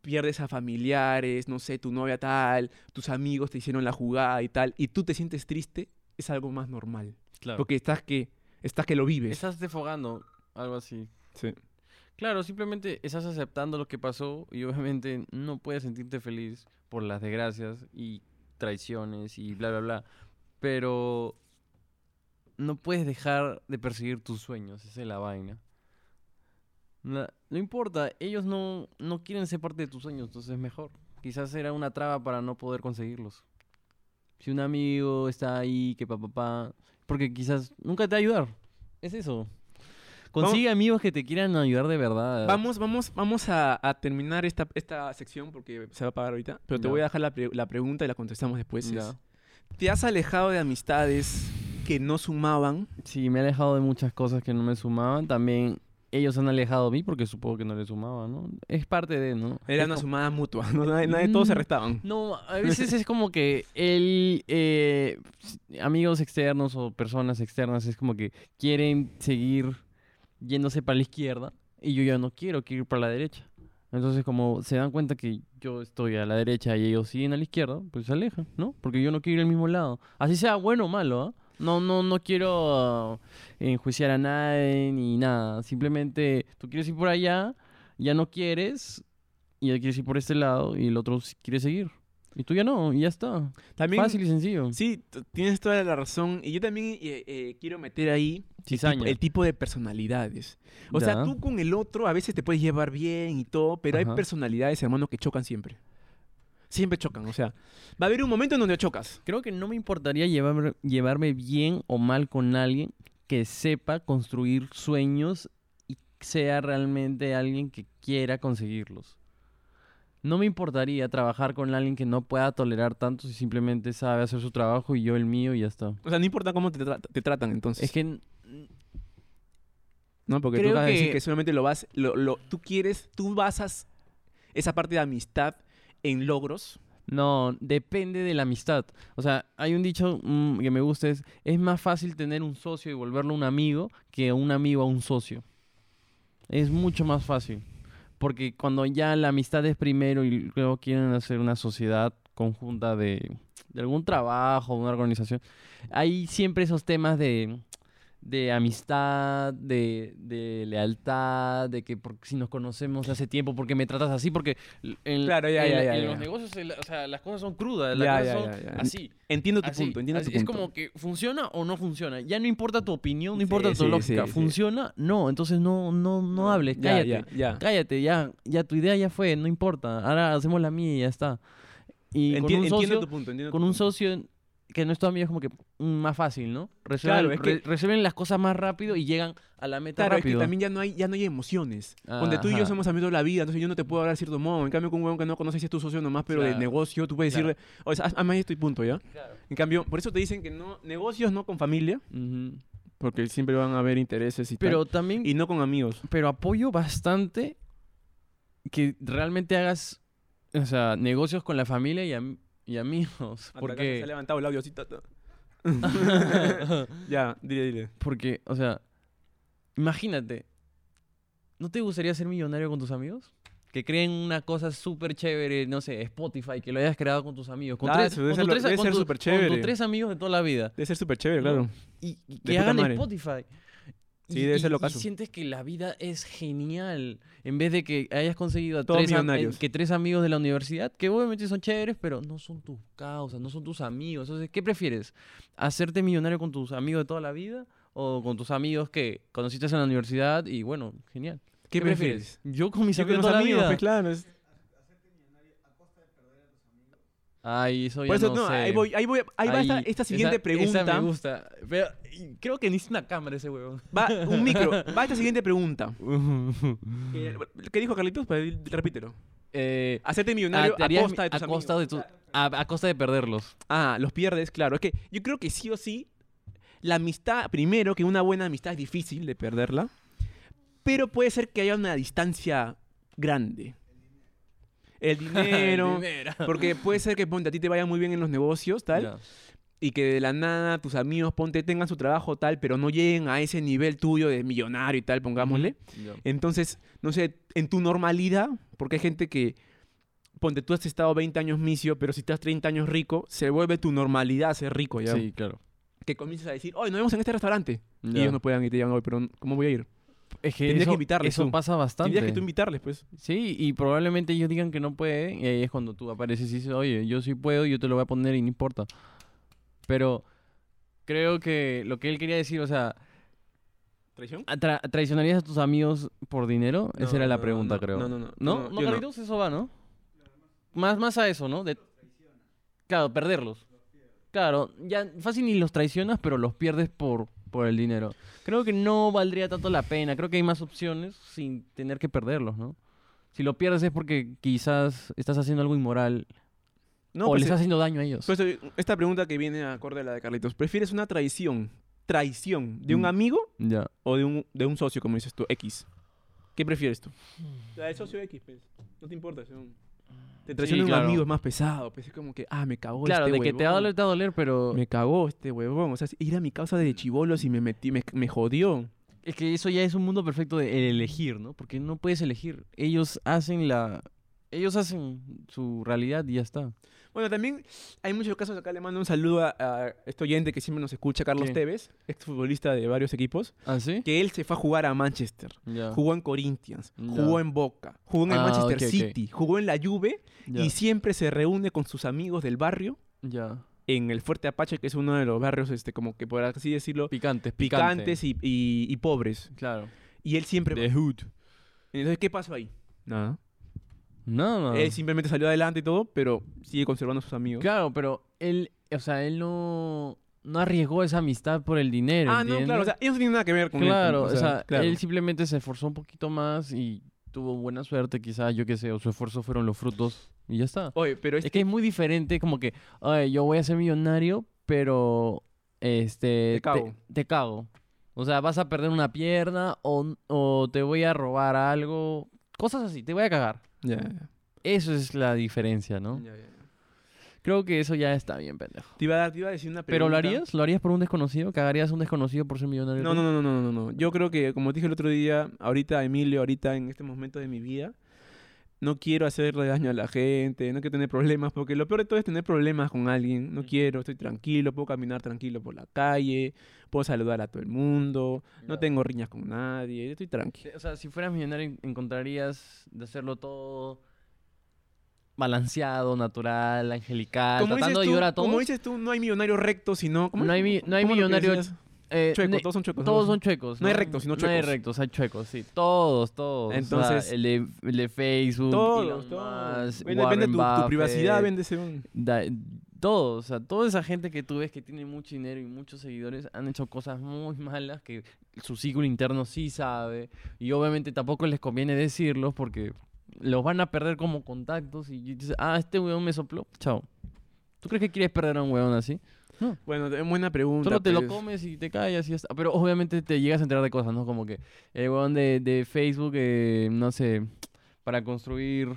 pierdes a familiares, no sé, tu novia tal, tus amigos te hicieron la jugada y tal, y tú te sientes triste, es algo más normal.
claro.
Porque estás que, estás que lo vives.
Estás defogando, algo así.
Sí.
Claro, simplemente estás aceptando lo que pasó y obviamente no puedes sentirte feliz por las desgracias y traiciones y bla, bla, bla. Pero no puedes dejar de perseguir tus sueños, esa es la vaina. Na- no importa, ellos no, no quieren ser parte de tus sueños, entonces es mejor. Quizás era una traba para no poder conseguirlos. Si un amigo está ahí, que papá, papá, porque quizás nunca te va a ayudar. Es eso.
Vamos-
Consigue amigos que te quieran ayudar de verdad.
Vamos, vamos, vamos a, a terminar esta, esta sección porque se va a apagar ahorita, pero te
Ya.
voy a dejar la, pre- la pregunta y la contestamos después. pues, es,
Ya.
¿Te has alejado de amistades que no sumaban?
Sí, me he alejado de muchas cosas que no me sumaban. También ellos han alejado de mí porque supongo que no les sumaba, ¿no? Es parte de, ¿no?
Era
Es
una
co-
sumada mutua, ¿no? Nadie- nadie- todos se
Mm.
restaban.
No, a veces es como que el eh, s- amigos externos o personas externas es como que quieren seguir yéndose para la izquierda y yo ya no quiero, quiero ir para la derecha. Entonces como se dan cuenta que yo estoy a la derecha y ellos siguen a la izquierda, pues se alejan, ¿no? Porque yo no quiero ir al mismo lado. Así sea bueno o malo, ¿ah? No, no, no quiero ah, enjuiciar a nadie ni nada. Simplemente tú quieres ir por allá, ya no quieres, y él quiere ir por este lado y el otro s- quiere seguir. Y tú ya no, y ya está.
También,
Fácil y sencillo.
sí, t- tienes toda la razón. Y yo también eh, eh, quiero meter ahí
Cizaña.
el tipo de personalidades. O sea,
Ya.
tú con el otro a veces te puedes llevar bien y todo, pero hay
Ajá.
personalidades, hermano, que chocan siempre. Siempre chocan, o sea, va a haber un momento en donde chocas.
Creo que no me importaría llevarme, llevarme bien o mal con alguien que sepa construir sueños y sea realmente alguien que quiera conseguirlos. No me importaría trabajar con alguien que no pueda tolerar tanto si simplemente sabe hacer su trabajo y yo el mío y ya está.
O sea, no importa cómo te, tra- te tratan entonces.
Es que n-
no, porque tú
creo
vas a decir
que-
que solamente lo vas, lo, lo- tú quieres, tú basas esa parte de amistad en logros.
No, depende de la amistad. O sea, hay un dicho mm, que me gusta, es, es más fácil tener un socio y volverlo un amigo que un amigo a un socio. Es mucho más fácil. Porque cuando ya la amistad es primero y luego quieren hacer una sociedad conjunta de, de algún trabajo, una organización, hay siempre esos temas de, de amistad, de, de lealtad, de que por- si nos conocemos de hace tiempo, porque me tratas así, porque l- en,
Claro, ya,
en-
ya, ya,
en
ya.
los negocios el- o sea, las cosas son crudas, las
Ya,
cosas
ya,
son
ya, ya.
así.
Entiendo tu
así,
punto, entiendo
así.
tu punto.
Es como que funciona o no funciona. Ya no importa tu opinión, no
Sí,
importa tu
sí, sí,
lógica.
sí.
¿Funciona? No, entonces no, no, no hables,
Ya,
cállate.
ya, ya.
Cállate, ya, ya tu idea ya fue, no importa. Ahora hacemos la mía y ya está. Y
Enti-
con un
entiendo
socio,
tu punto, entiendo tu
con un
punto.
socio que no es tu amigo es como que mm, más fácil, ¿no? Resuelven,
Claro, es que-
re- resuelven las cosas más rápido y llegan a la meta
Claro, es que
rápido. Ah,
también ya no hay, ya no hay emociones. Donde tú y yo
Ajá.
somos amigos toda la vida, entonces yo no te puedo hablar de cierto modo. En cambio, con un huevón que no conoces si es tu socio nomás, pero de
Claro.
negocio, tú puedes
Claro.
decirle, o sea, haz- hazme esto y punto, ¿ya?
Claro.
En cambio, por eso te dicen que no, negocios no con familia,
Ujú.
porque siempre van a haber intereses y
Pero
tal.
también
Y no con amigos.
pero apoyo bastante que realmente hagas, o sea, negocios con la familia y, am- y amigos.
Porque se ha
Porque,
levantado el audio así. ta, ta. ya, dile, dile.
porque, o sea, imagínate, ¿no te gustaría ser millonario con tus amigos? Que creen una cosa súper chévere, no sé, Spotify, que lo hayas creado con tus amigos. Con
Ah,
tres,
eso debe
con
ser
tus
lo-
tres-
debe
con
ser
tu-
súper
con tus
chévere.
tres amigos de toda la vida.
Debe ser súper chévere,
Mm.
claro.
Y, y
puta
que hagan
madre.
Spotify.
Sí,
Y-
debe
y-
ser
y
locazo.
sientes que la vida es genial. En vez de que hayas conseguido a
Todos
tres, am- eh,
millonarios.
que tres amigos de la universidad, que obviamente son chéveres, pero no son tus causas, no son tus amigos. Entonces, ¿qué prefieres? ¿Hacerte millonario con tus amigos de toda la vida? ¿O con tus amigos que conociste en la universidad? Y bueno, genial.
¿Qué, prefieres?
Yo con mis
Yo con
amigos
los
de toda
amigos,
la
pues
vida.
claro. es-
Ay, eso ya
Por eso,
no,
no, ahí
sé.
voy, ahí voy, ahí va esta,
Ahí-
esta siguiente
esa-
pregunta.
Esa me gusta. Pero, y creo que necesita una cámara ese huevón.
Va, un micro. Va esta siguiente pregunta. Que- ¿Qué dijo Carlitos? Pues, Repítelo.
Eh,
Hacerte
Ah,
millonario
te
a
harías
costa
mi-
de tus
a
amigos.
costa de tus- a- a costa de perderlos.
Ah, los pierdes, claro. Es que yo creo que sí o sí, la amistad, primero, que una buena amistad es difícil de perderla, pero puede ser que haya una distancia grande. El dinero.
Dinero.
Porque puede ser que ponte, a ti te vaya muy bien en los negocios, tal,
Ya.
y que de la nada tus amigos, ponte, tengan su trabajo, tal, pero no lleguen a ese nivel tuyo de millonario y tal, pongámosle.
Ya.
Entonces, no sé, en tu normalidad, porque hay gente que, ponte, tú has estado 20 años misio, pero si estás 30 años rico, se vuelve tu normalidad ser rico ya.
Sí, claro.
Que comienzas a decir, hoy nos vemos en este restaurante. Y
Ya.
ellos no puedan y te digan, hoy, pero ¿cómo voy a ir?
es que
tendrías que
Eh, eso,
invitarles
eso
tú.
pasa bastante.
Tendrías que tú invitarles, pues.
Sí, y probablemente ellos digan que no pueden, y ahí es cuando tú apareces y dices, oye, yo sí puedo, yo te lo voy a poner y no importa. Pero creo que lo que él quería decir, o sea,
¿Traición?
¿tra- ¿traicionarías a tus amigos por dinero? Esa era la pregunta, creo.
No, no, no.
¿No? ¿No,
yo
Carlitos? Eso va, ¿no? Más, más a eso, ¿no? De... Claro, perderlos. Claro, ya fácil ni los traicionas, pero los pierdes por, por el dinero. Creo que no valdría tanto la pena. Creo que hay más opciones sin tener que perderlos, ¿no? Si lo pierdes es porque quizás estás haciendo algo inmoral
No,
o
pues,
le
eh,
estás haciendo daño a ellos.
pues, eh, esta pregunta que viene acorde a la de Carlitos. ¿Prefieres una traición, traición de un
Mm.
amigo
ya.
o de un, de un socio, como dices tú, X? ¿Qué prefieres tú? La del socio X, pues. No te importa, Te traiciona
Sí,
un
claro.
amigo, es más pesado. Pues es como que, ah, me cagó
Claro,
este
de que te va a
huevón.
doler, te va a doler, pero
Me cagó este huevón. O sea, ir a mi casa de chivolos y me metí, me, me jodió.
Es que eso ya es un mundo perfecto de el elegir, ¿no? Porque no puedes elegir. Ellos hacen la. Ellos hacen su realidad y ya está.
Bueno, también hay muchos casos acá. Le mando un saludo a, a este oyente que siempre nos escucha, Carlos
¿Qué?
Tevez, exfutbolista de varios equipos,
¿Ah, sí?
que él se fue a jugar a Manchester.
Ya.
Jugó en Corinthians,
Ya.
jugó en Boca, jugó en el
Ah,
Manchester
ok, ok.
City, jugó en la Juve
ya,
y siempre se reúne con sus amigos del barrio
ya.
en el Fuerte Apache, que es uno de los barrios, este, como que por así decirlo,
Picantes, picantes.
picantes y, y- y pobres.
Claro.
Y él siempre...
The Hood.
Entonces, ¿qué pasó ahí? Nada.
Nada.
Él simplemente salió adelante y todo, pero sigue conservando a sus amigos.
Claro, pero él. O sea, él no. No arriesgó esa amistad por el dinero.
Ah, no, claro, o
¿entiendes?
sea, ellos no tienen nada que ver con él,
Claro,
o
o sea,
claro.
él simplemente se esforzó un poquito más y tuvo buena suerte, quizás, yo qué sé, o su esfuerzo fueron los frutos y ya está.
Oye, pero
Es
este
que es muy diferente, como que, "Ay, yo voy a ser millonario, pero este
Te cago.
te cago. O sea, vas a perder una pierna o, o te voy a robar algo. Cosas así, te voy a cagar.
Ya, ya,
Eso es la diferencia, ¿no?
ya, ya.
Creo que eso ya está bien, pendejo.
Te iba a dar, te iba a decir una pregunta.
¿Pero lo harías? ¿Lo harías por un desconocido? ¿Cagarías a un desconocido por ser millonario?
No, no, no, no, no, no, no. Yo creo que, como dije el otro día, ahorita Emilio, ahorita en este momento de mi vida, no quiero hacerle daño a la gente, no quiero tener problemas, porque lo peor de todo es tener problemas con alguien, no quiero, estoy tranquilo, puedo caminar tranquilo por la calle, puedo saludar a todo el mundo, no
Claro.
tengo riñas con nadie, estoy tranquilo.
O sea, si fueras millonario en- encontrarías de hacerlo todo balanceado, natural, angelical, Ah, tratando de
tú,
ayudar a todos.
como dices tú, no hay millonario recto, sino... ¿cómo
No
es?
hay mi- no
¿Cómo es
hay
lo que
millonario
decías?
Eh,
Chueco,
ne-
todos son chuecos. ¿no?
todos son chuecos.
No hay rectos, sino
No hay
chuecos.
rectos, hay chuecos, sí. Todos, todos.
Entonces-
Entonces, el, de, el de Facebook,
Todos,
Elon
todos.
Musk,
Vende, vende
Warren
tu, tu privacidad,
Buffett,
vende ese... un-
da- todos, o sea, toda esa gente que tú ves que tiene mucho dinero y muchos seguidores han hecho cosas muy malas que su círculo interno sí sabe y obviamente tampoco les conviene decirlos porque los van a perder como contactos y dices, ah, este weón me sopló, chao. ¿Tú crees que quieres perder a un weón así?
Bueno, es buena pregunta.
Solo te lo
pues.
comes y te callas y ya está. Pero obviamente te llegas a enterar de cosas, ¿no? Como que el weón de, de Facebook, eh, no sé, para construir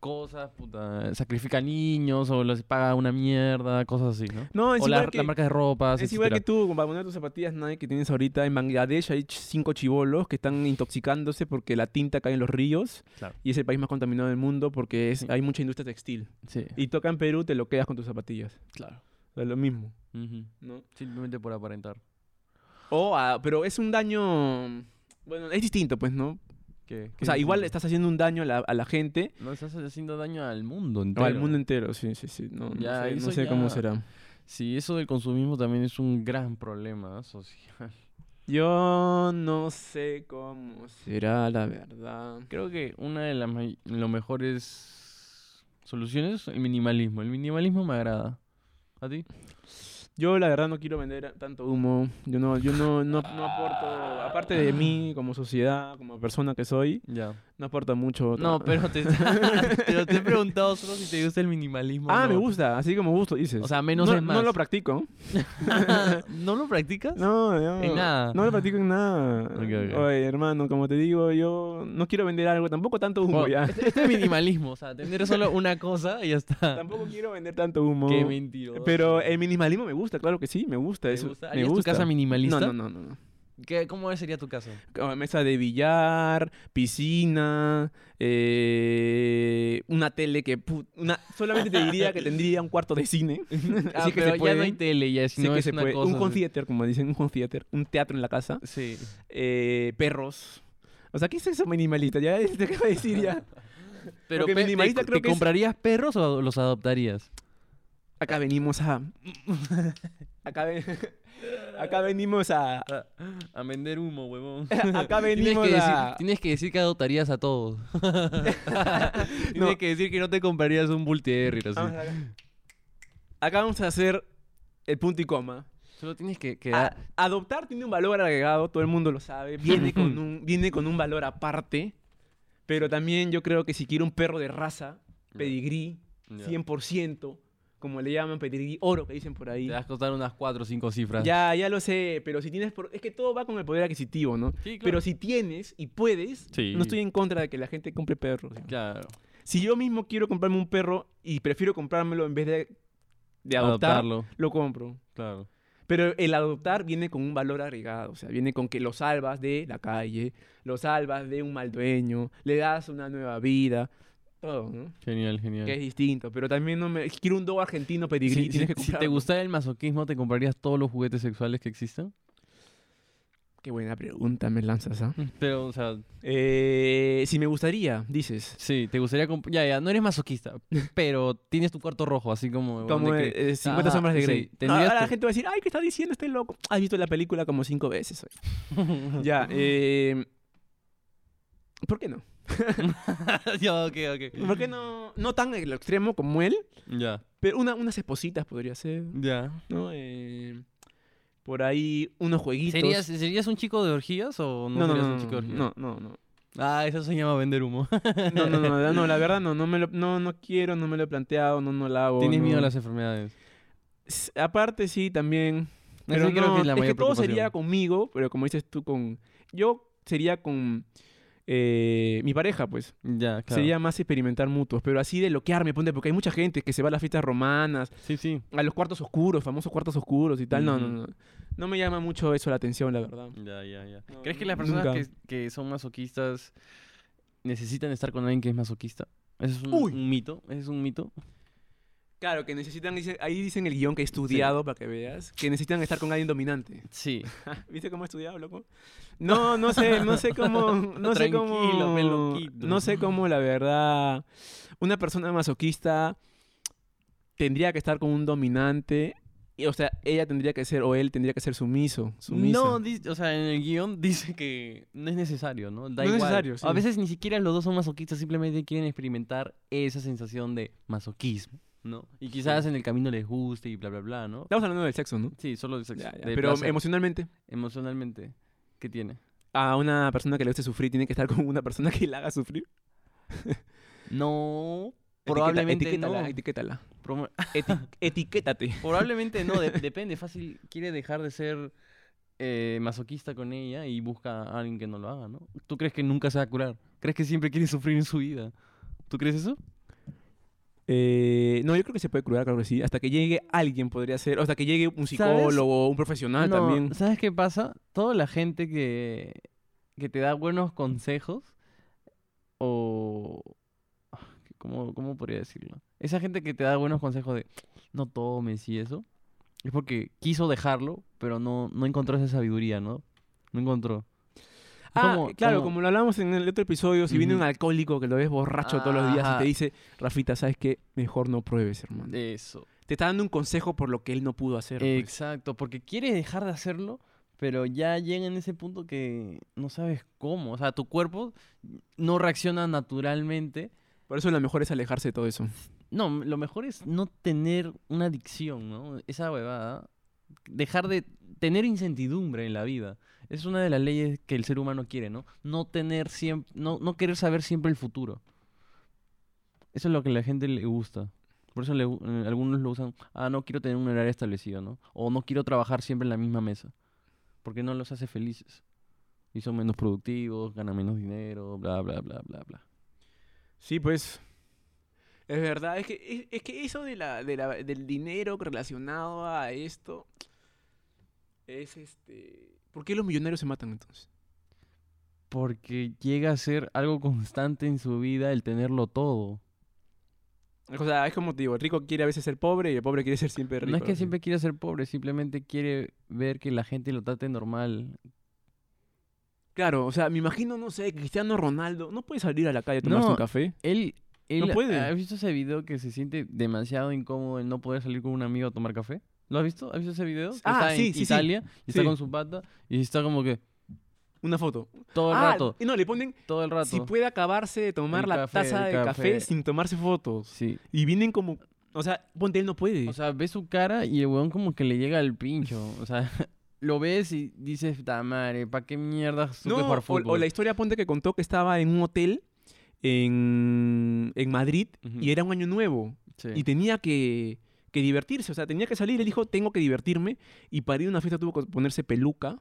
cosas, puta, sacrifica niños o les paga una mierda, cosas así, ¿no?
No, es
o
igual
la,
que-
la marca de ropa,
Es igual que tú, para poner tus zapatillas Nike que tienes ahorita en Bangladesh, hay ch- cinco chivolos que están intoxicándose porque la tinta cae en los ríos
Claro.
y es el país más contaminado del mundo porque es,
Sí.
hay mucha industria textil.
Sí,
Y toca en Perú, te lo quedas con tus zapatillas.
claro.
O sea, lo mismo.
Ujú.
¿no?
Simplemente por aparentar.
O, ah, pero es un daño... Bueno, es distinto, pues, ¿no?
Que,
O
que
sea, igual
sí.
estás haciendo un daño a la, a la gente
No estás haciendo daño al mundo
o
entero.
al mundo entero. Sí, sí, sí. No, no
Ya,
sé, no
eso
sé cómo
ya-
será.
Sí, eso del consumismo también es un gran problema social.
Yo no sé cómo será, la verdad.
Creo que una de las may- lo mejores soluciones, el minimalismo. El minimalismo me agrada. ¿A ti?
Yo la verdad no quiero vender tanto humo. Yo no, yo no, no, no aporto, aparte de mí como sociedad, como persona que soy,
Ya.
no aporta mucho.
No,
Tra-
pero te, pero te he preguntado solo si te gusta el minimalismo. o
Ah,
no.
me gusta, así como gusto, dices.
O sea, menos
no,
es más.
No lo practico.
¿No lo practicas?
No, no.
En nada.
No lo practico en nada.
Ok, ok.
Oye, hermano, como te digo, yo no quiero vender algo, tampoco tanto humo
Bueno,
ya.
Este, este es minimalismo, o sea, tener solo una cosa y ya está.
Tampoco quiero vender tanto humo.
Qué mentiroso.
Pero el minimalismo me gusta, claro que sí, me gusta
¿Te
eso.
gusta?
Me
¿Harías
gusta.
tu casa minimalista?
No, no, no, no. no.
¿Qué- ¿Cómo sería tu casa?
como ah, mesa de billar, piscina, eh, una tele que... pu- una, solamente te diría que tendría un cuarto de cine.
Ah,
Así que se
pero ya no hay
pueden.
tele, ya si
Sí
no
que
es
se
una
puede.
cosa.
un home
sí.
theater, como dicen, un home theater, un teatro en la casa,
Sí.
eh, perros. O sea, ¿qué es eso minimalista? Ya te acabo de decir ya.
Pero
Porque
pe- te,
minimalista
co-
creo
¿te
que es-
comprarías perros o los adoptarías?
Acá venimos a... Acá, ven- acá venimos a...
A, vender humo, huevón.
Acá venimos
tienes, que
a...
decir, tienes que decir que adoptarías a todos. tienes
No.
que decir que no te comprarías un bull terrier así.
Vamos acá. acá vamos a hacer el punto y coma.
Solo tienes que, que
A-
dar-
adoptar tiene un valor agregado, todo el mundo lo sabe, viene con un, viene con un valor aparte, pero también yo creo que si quiero un perro de raza,
Ya.
pedigrí,
Ya.
100%, como le llaman, pedigrí oro, que dicen por ahí.
te vas a costar unas 4 o 5 cifras.
Ya, ya lo sé, pero si tienes... por- Es que todo va con el poder adquisitivo, ¿no?
Sí,
Pero
claro.
si tienes y puedes,
Sí.
no estoy en contra de que la gente compre perros. ¿no?
Claro.
Si yo mismo quiero comprarme un perro y prefiero comprármelo en vez de, de adoptarlo,
Adoptarlo.
lo compro.
Claro.
Pero el adoptar viene con un valor agregado, o sea, viene con que lo salvas de la calle, lo salvas de un mal dueño, le das una nueva vida, todo, ¿no?
Genial, genial.
Que es distinto, pero también no me... Quiero un do argentino pedigrí,
Si-
tienes que
si, si te
comprarlo.
gustara el masoquismo, ¿te comprarías todos los juguetes sexuales que existen?
Qué buena pregunta me lanzas, ¿ah?
Mm. Pero, o sea,
Eh, si me gustaría, dices.
sí, te gustaría... comp- Ya, ya, no eres masoquista, pero tienes tu cuarto rojo, así como... huevón,
Como
de que-
eh, 50
Ajá,
sombras de
sí,
Grey.
tendrías
Ahora la
tu-
gente va a decir, ay, ¿qué está diciendo este loco? Has visto la película como cinco veces hoy.
Ah,
ya, eh... ¿Por qué no?
ya, ok, ok.
¿Por qué no, no tan el extremo como él?
Ya,
Pero una, unas espositas podría ser,
ya.
¿no? Eh, por ahí unos jueguitos.
¿Serías, ¿Serías un chico de orgías o no,
No, no,
serías
no,
un chico de
no,
orgías?
no, no, no.
Ah, eso se llama vender humo.
No, no, no, no, la verdad no, no me lo, no, no quiero, no me lo he planteado, no, no la hago.
Tienes
no.
miedo a las enfermedades.
S- Aparte sí, también. Pero
Eso creo que es la
es que
mayor
todo sería
preocupación.
conmigo, pero como dices tú, con... Yo sería con eh, mi pareja, pues.
Ya, claro.
Sería más experimentar mutuos, pero así de loquearme, ponte, porque hay mucha gente que se va a las fiestas romanas,
Sí, sí.
a los cuartos oscuros, famosos cuartos oscuros y tal. No, no,
Ujú.
no. No me llama mucho eso la atención, la verdad.
Ya, ya, ya.
No,
¿Crees que
no,
las personas
nunca.
que, que son masoquistas necesitan estar con alguien que es masoquista? Ese es un,
Uy.
un mito. ese es un mito.
Claro, que necesitan, dice- ahí dicen el guión que he estudiado para que veas, que necesitan estar con alguien dominante.
Sí.
¿Viste cómo he estudiado, loco? No, no sé, no sé cómo, no sé
Tranquilo,
cómo,
ve, loquito.
no sé cómo la verdad, una persona masoquista tendría que estar con un dominante, y, o sea, ella tendría que ser, o él tendría que ser sumiso, sumisa.
No, di- o sea, en el guión dice que no es necesario, ¿no? Da
No es
igual.
necesario, sí.
A veces ni siquiera los dos son masoquistas, simplemente quieren experimentar esa sensación de masoquismo, ¿no? Y quizás en el camino les guste y bla, bla, bla, ¿no?
Estamos hablando del sexo, ¿no?
Sí, solo de sexo.
Ya, ya,
de
Pero
placer.
emocionalmente,
emocionalmente, ¿qué tiene?
a una persona que le guste sufrir tiene que estar con una persona que la haga sufrir.
No,
Etiqueta-
probablemente
etiquétala,
no.
etiquétala.
Promo-
Eti- etiquétate.
Probablemente no, de- depende. Fácil quiere dejar de ser eh, masoquista con ella y busca a alguien que no lo haga, ¿no? ¿Tú crees que nunca se va a curar? ¿Crees que siempre quiere sufrir en su vida? ¿Tú crees eso?
Eh, no, yo creo que se puede curar, claro que sí. Hasta que llegue alguien podría ser, o hasta que llegue un psicólogo, un profesional
No,
también.
¿Sabes qué pasa? Toda la gente que, que te da buenos consejos o... ah, ¿Cómo, ¿Cómo podría decirlo? Esa gente que te da buenos consejos de no tomes y eso, es porque quiso dejarlo, pero no, no encontró esa sabiduría, ¿no? No encontró. Es
Ah,
como-
claro, como... lo hablamos en el otro episodio, si viene un
Ujú.
alcohólico que lo ves borracho todos los días y
Ajá. Eh.
te dice, Rafita, ¿sabes qué? Mejor no pruebes, hermano.
Eso.
Te está dando un consejo por lo que él no pudo hacer. pues.
Exacto, porque quiere dejar de hacerlo, pero ya llega en ese punto que no sabes cómo. O sea, tu cuerpo no reacciona naturalmente.
Por eso lo mejor es alejarse de todo eso.
No, m- lo mejor es no tener una adicción, ¿no? Esa huevada. Dejar de tener incertidumbre en la vida. Es una de las leyes que el ser humano quiere, ¿no? No tener siempre, no, no querer saber siempre el futuro. Eso es lo que a la gente le gusta. Por eso le gu- eh, algunos lo usan, ah, no quiero tener un horario establecido, ¿no? O no quiero trabajar siempre en la misma mesa. Porque no los hace felices. Y son menos productivos, ganan menos dinero, bla, bla, bla, bla, bla.
Sí, pues. Es verdad, es que, es, es que eso de la, de la- del dinero relacionado a esto es este... ¿Por qué los millonarios se matan entonces?
Porque llega a ser algo constante en su vida el tenerlo todo.
O sea, es como te digo, el rico quiere a veces ser pobre y el pobre quiere ser siempre rico.
no es que
así.
siempre quiera ser pobre, simplemente quiere ver que la gente lo trate normal.
Claro, o sea, me imagino, no sé, Cristiano Ronaldo no puede salir a la calle a tomarse
No.
un café.
Él, él
No puede.
¿Has visto ese video que se siente demasiado incómodo en no poder salir con un amigo a tomar café? ¿Lo has visto? ¿Has visto ese video? Que
Ah,
está
sí,
en
sí, sí.
Italia y está
Sí.
con su pata y está como que
Una foto.
todo el
Ah,
rato,
y no, le ponen
todo el rato.
si puede acabarse de tomar
El
la
café,
taza de
el
café.
café.
sin tomarse fotos.
Sí.
Y vienen como. O sea, ponte, él no puede.
O sea, ves su cara y el weón como que le llega al pincho. O sea, lo ves y dices, "Ta madre, ¿pa' qué mierda supe
no, o,
jugar
o
fútbol?
la historia ponte que contó que estaba en un hotel en, en Madrid
Ujú.
y era un año nuevo.
Sí.
Y tenía que, que divertirse, o sea, tenía que salir. Él dijo, tengo que divertirme. Y para ir a una fiesta tuvo que ponerse peluca,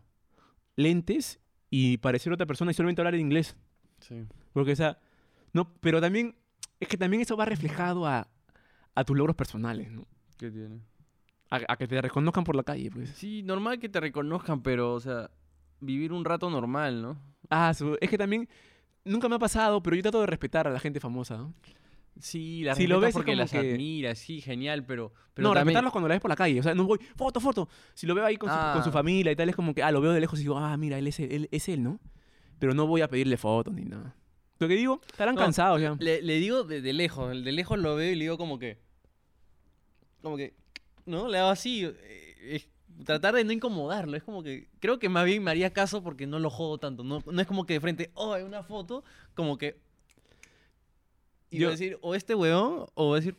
lentes y parecer otra persona y solamente hablar en inglés.
Sí.
Porque, o sea, no, pero también, es que también eso va reflejado a, a tus logros personales, ¿no?
¿Qué tiene?
A, a que te reconozcan por la calle, pues.
Sí, normal que te reconozcan, pero, o sea, vivir un rato normal, ¿no?
Ah, su- es que también, nunca me ha pasado, pero yo trato de respetar a la gente famosa, ¿no?
Sí, las
Sí, lo
respetas
ves y
porque
como
las
que-
admiras, sí, genial, pero, pero
no,
también...
respetarlos cuando la ves por la calle, o sea, no voy, foto, foto. Si lo veo ahí con, su, con su
Ah.
familia y tal, es como que, ah, lo veo de lejos y digo, ah, mira, él es él, él es él, ¿no? Pero no voy a pedirle fotos ni nada. Lo que digo, estarán
No,
cansados ya.
Le, le digo de, de lejos, de lejos lo veo y le digo como que... Como que, ¿no? Le hago así, eh, es tratar de no incomodarlo, es como que... Creo que más bien me haría caso porque no lo jodo tanto, no, no es como que de frente, oh, hay una foto, como que... Y
Yo-
decir, o este weón, o decir...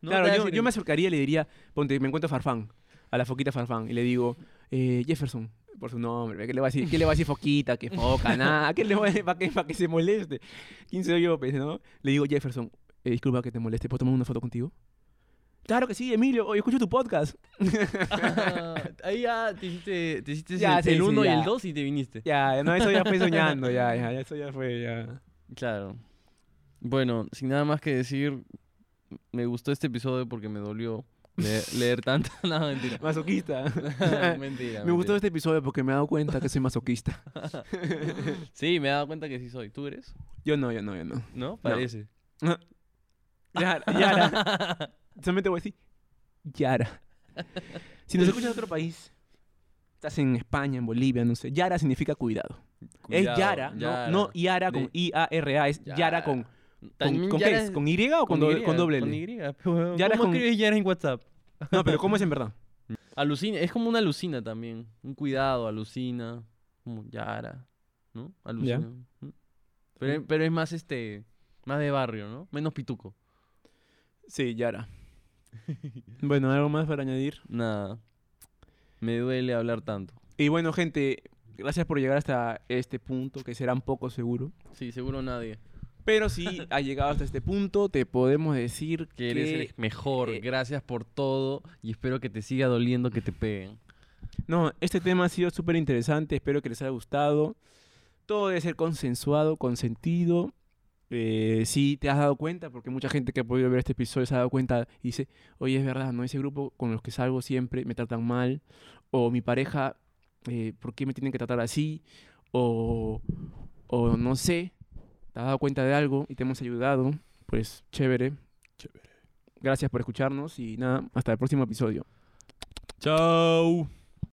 no,
claro,
le voy a
yo,
decir
yo
el-
me acercaría y le diría, ponte, me encuentro a Farfán, a la foquita Farfán, y le digo, eh, Jefferson, por su nombre, ¿qué le va a decir? ¿Qué le va a decir foquita? ¿Qué foca? Nada, ¿qué le va a decir para que, pa' que se moleste? ¿Quién soy yo, pues, no? Le digo, Jefferson, eh, disculpa que te moleste, ¿puedo tomar una foto contigo? Claro que sí, Emilio, hoy escucho tu podcast.
Ah, ahí ya te hiciste, te hiciste
Ya,
el-
sí,
el
sí,
1 y
ya.
el 2 y te viniste.
Ya, ya, no, eso ya fue soñando, ya, ya, ya, eso ya fue, ya.
Claro. Bueno, sin nada más que decir, me gustó este episodio porque me dolió leer, leer tanto. No, mentira.
Masoquista.
mentira. mentira.
me gustó este episodio porque me he dado cuenta que soy masoquista.
Sí, me he dado cuenta que sí soy. ¿Tú eres?
Yo no, yo no, yo no.
¿No? Parece.
Yara, Yara. Solamente voy a decir Yara. Si nos escuchas en otro país, estás en España, en Bolivia, no sé. Yara significa cuidado. es Yara, no- No, Yara con
De-
I-A-R-A, es Yara,
Yara.
con. ¿Con,
También
con
Yara
qué es?
es-
¿Con Y o con, do- con doble L?
Con Y. pero
Yara
¿Cómo
con-
escribes Yara en WhatsApp?
No, pero ¿cómo es en verdad?
Alucina, es como una alucina también. Un cuidado, alucina. Como Yara, ¿no? Alucina. ¿no? Pero, pero es más este. Más de barrio, ¿no? Menos pituco.
Sí, Yara. bueno, algo más para añadir.
Nada. Me duele hablar tanto.
Y bueno, gente, gracias por llegar hasta este punto, que serán pocos seguro.
Sí, seguro nadie.
Pero si has llegado hasta este punto, te podemos decir
Que
que,
eres el mejor.
eh,
Gracias por todo. Y espero que te siga doliendo que te peguen.
No, este tema ha sido súper interesante, espero que les haya gustado. Todo debe ser consensuado, consentido. Eh, si te has dado cuenta, porque mucha gente que ha podido ver este episodio se ha dado cuenta y dice, oye, es verdad, ¿no? Ese grupo con los que salgo siempre me tratan mal, o mi pareja, eh, ¿por qué me tienen que tratar así? O, o no sé, te has dado cuenta de algo y te hemos ayudado, pues chévere. Gracias por escucharnos y nada, hasta el próximo episodio. Chao.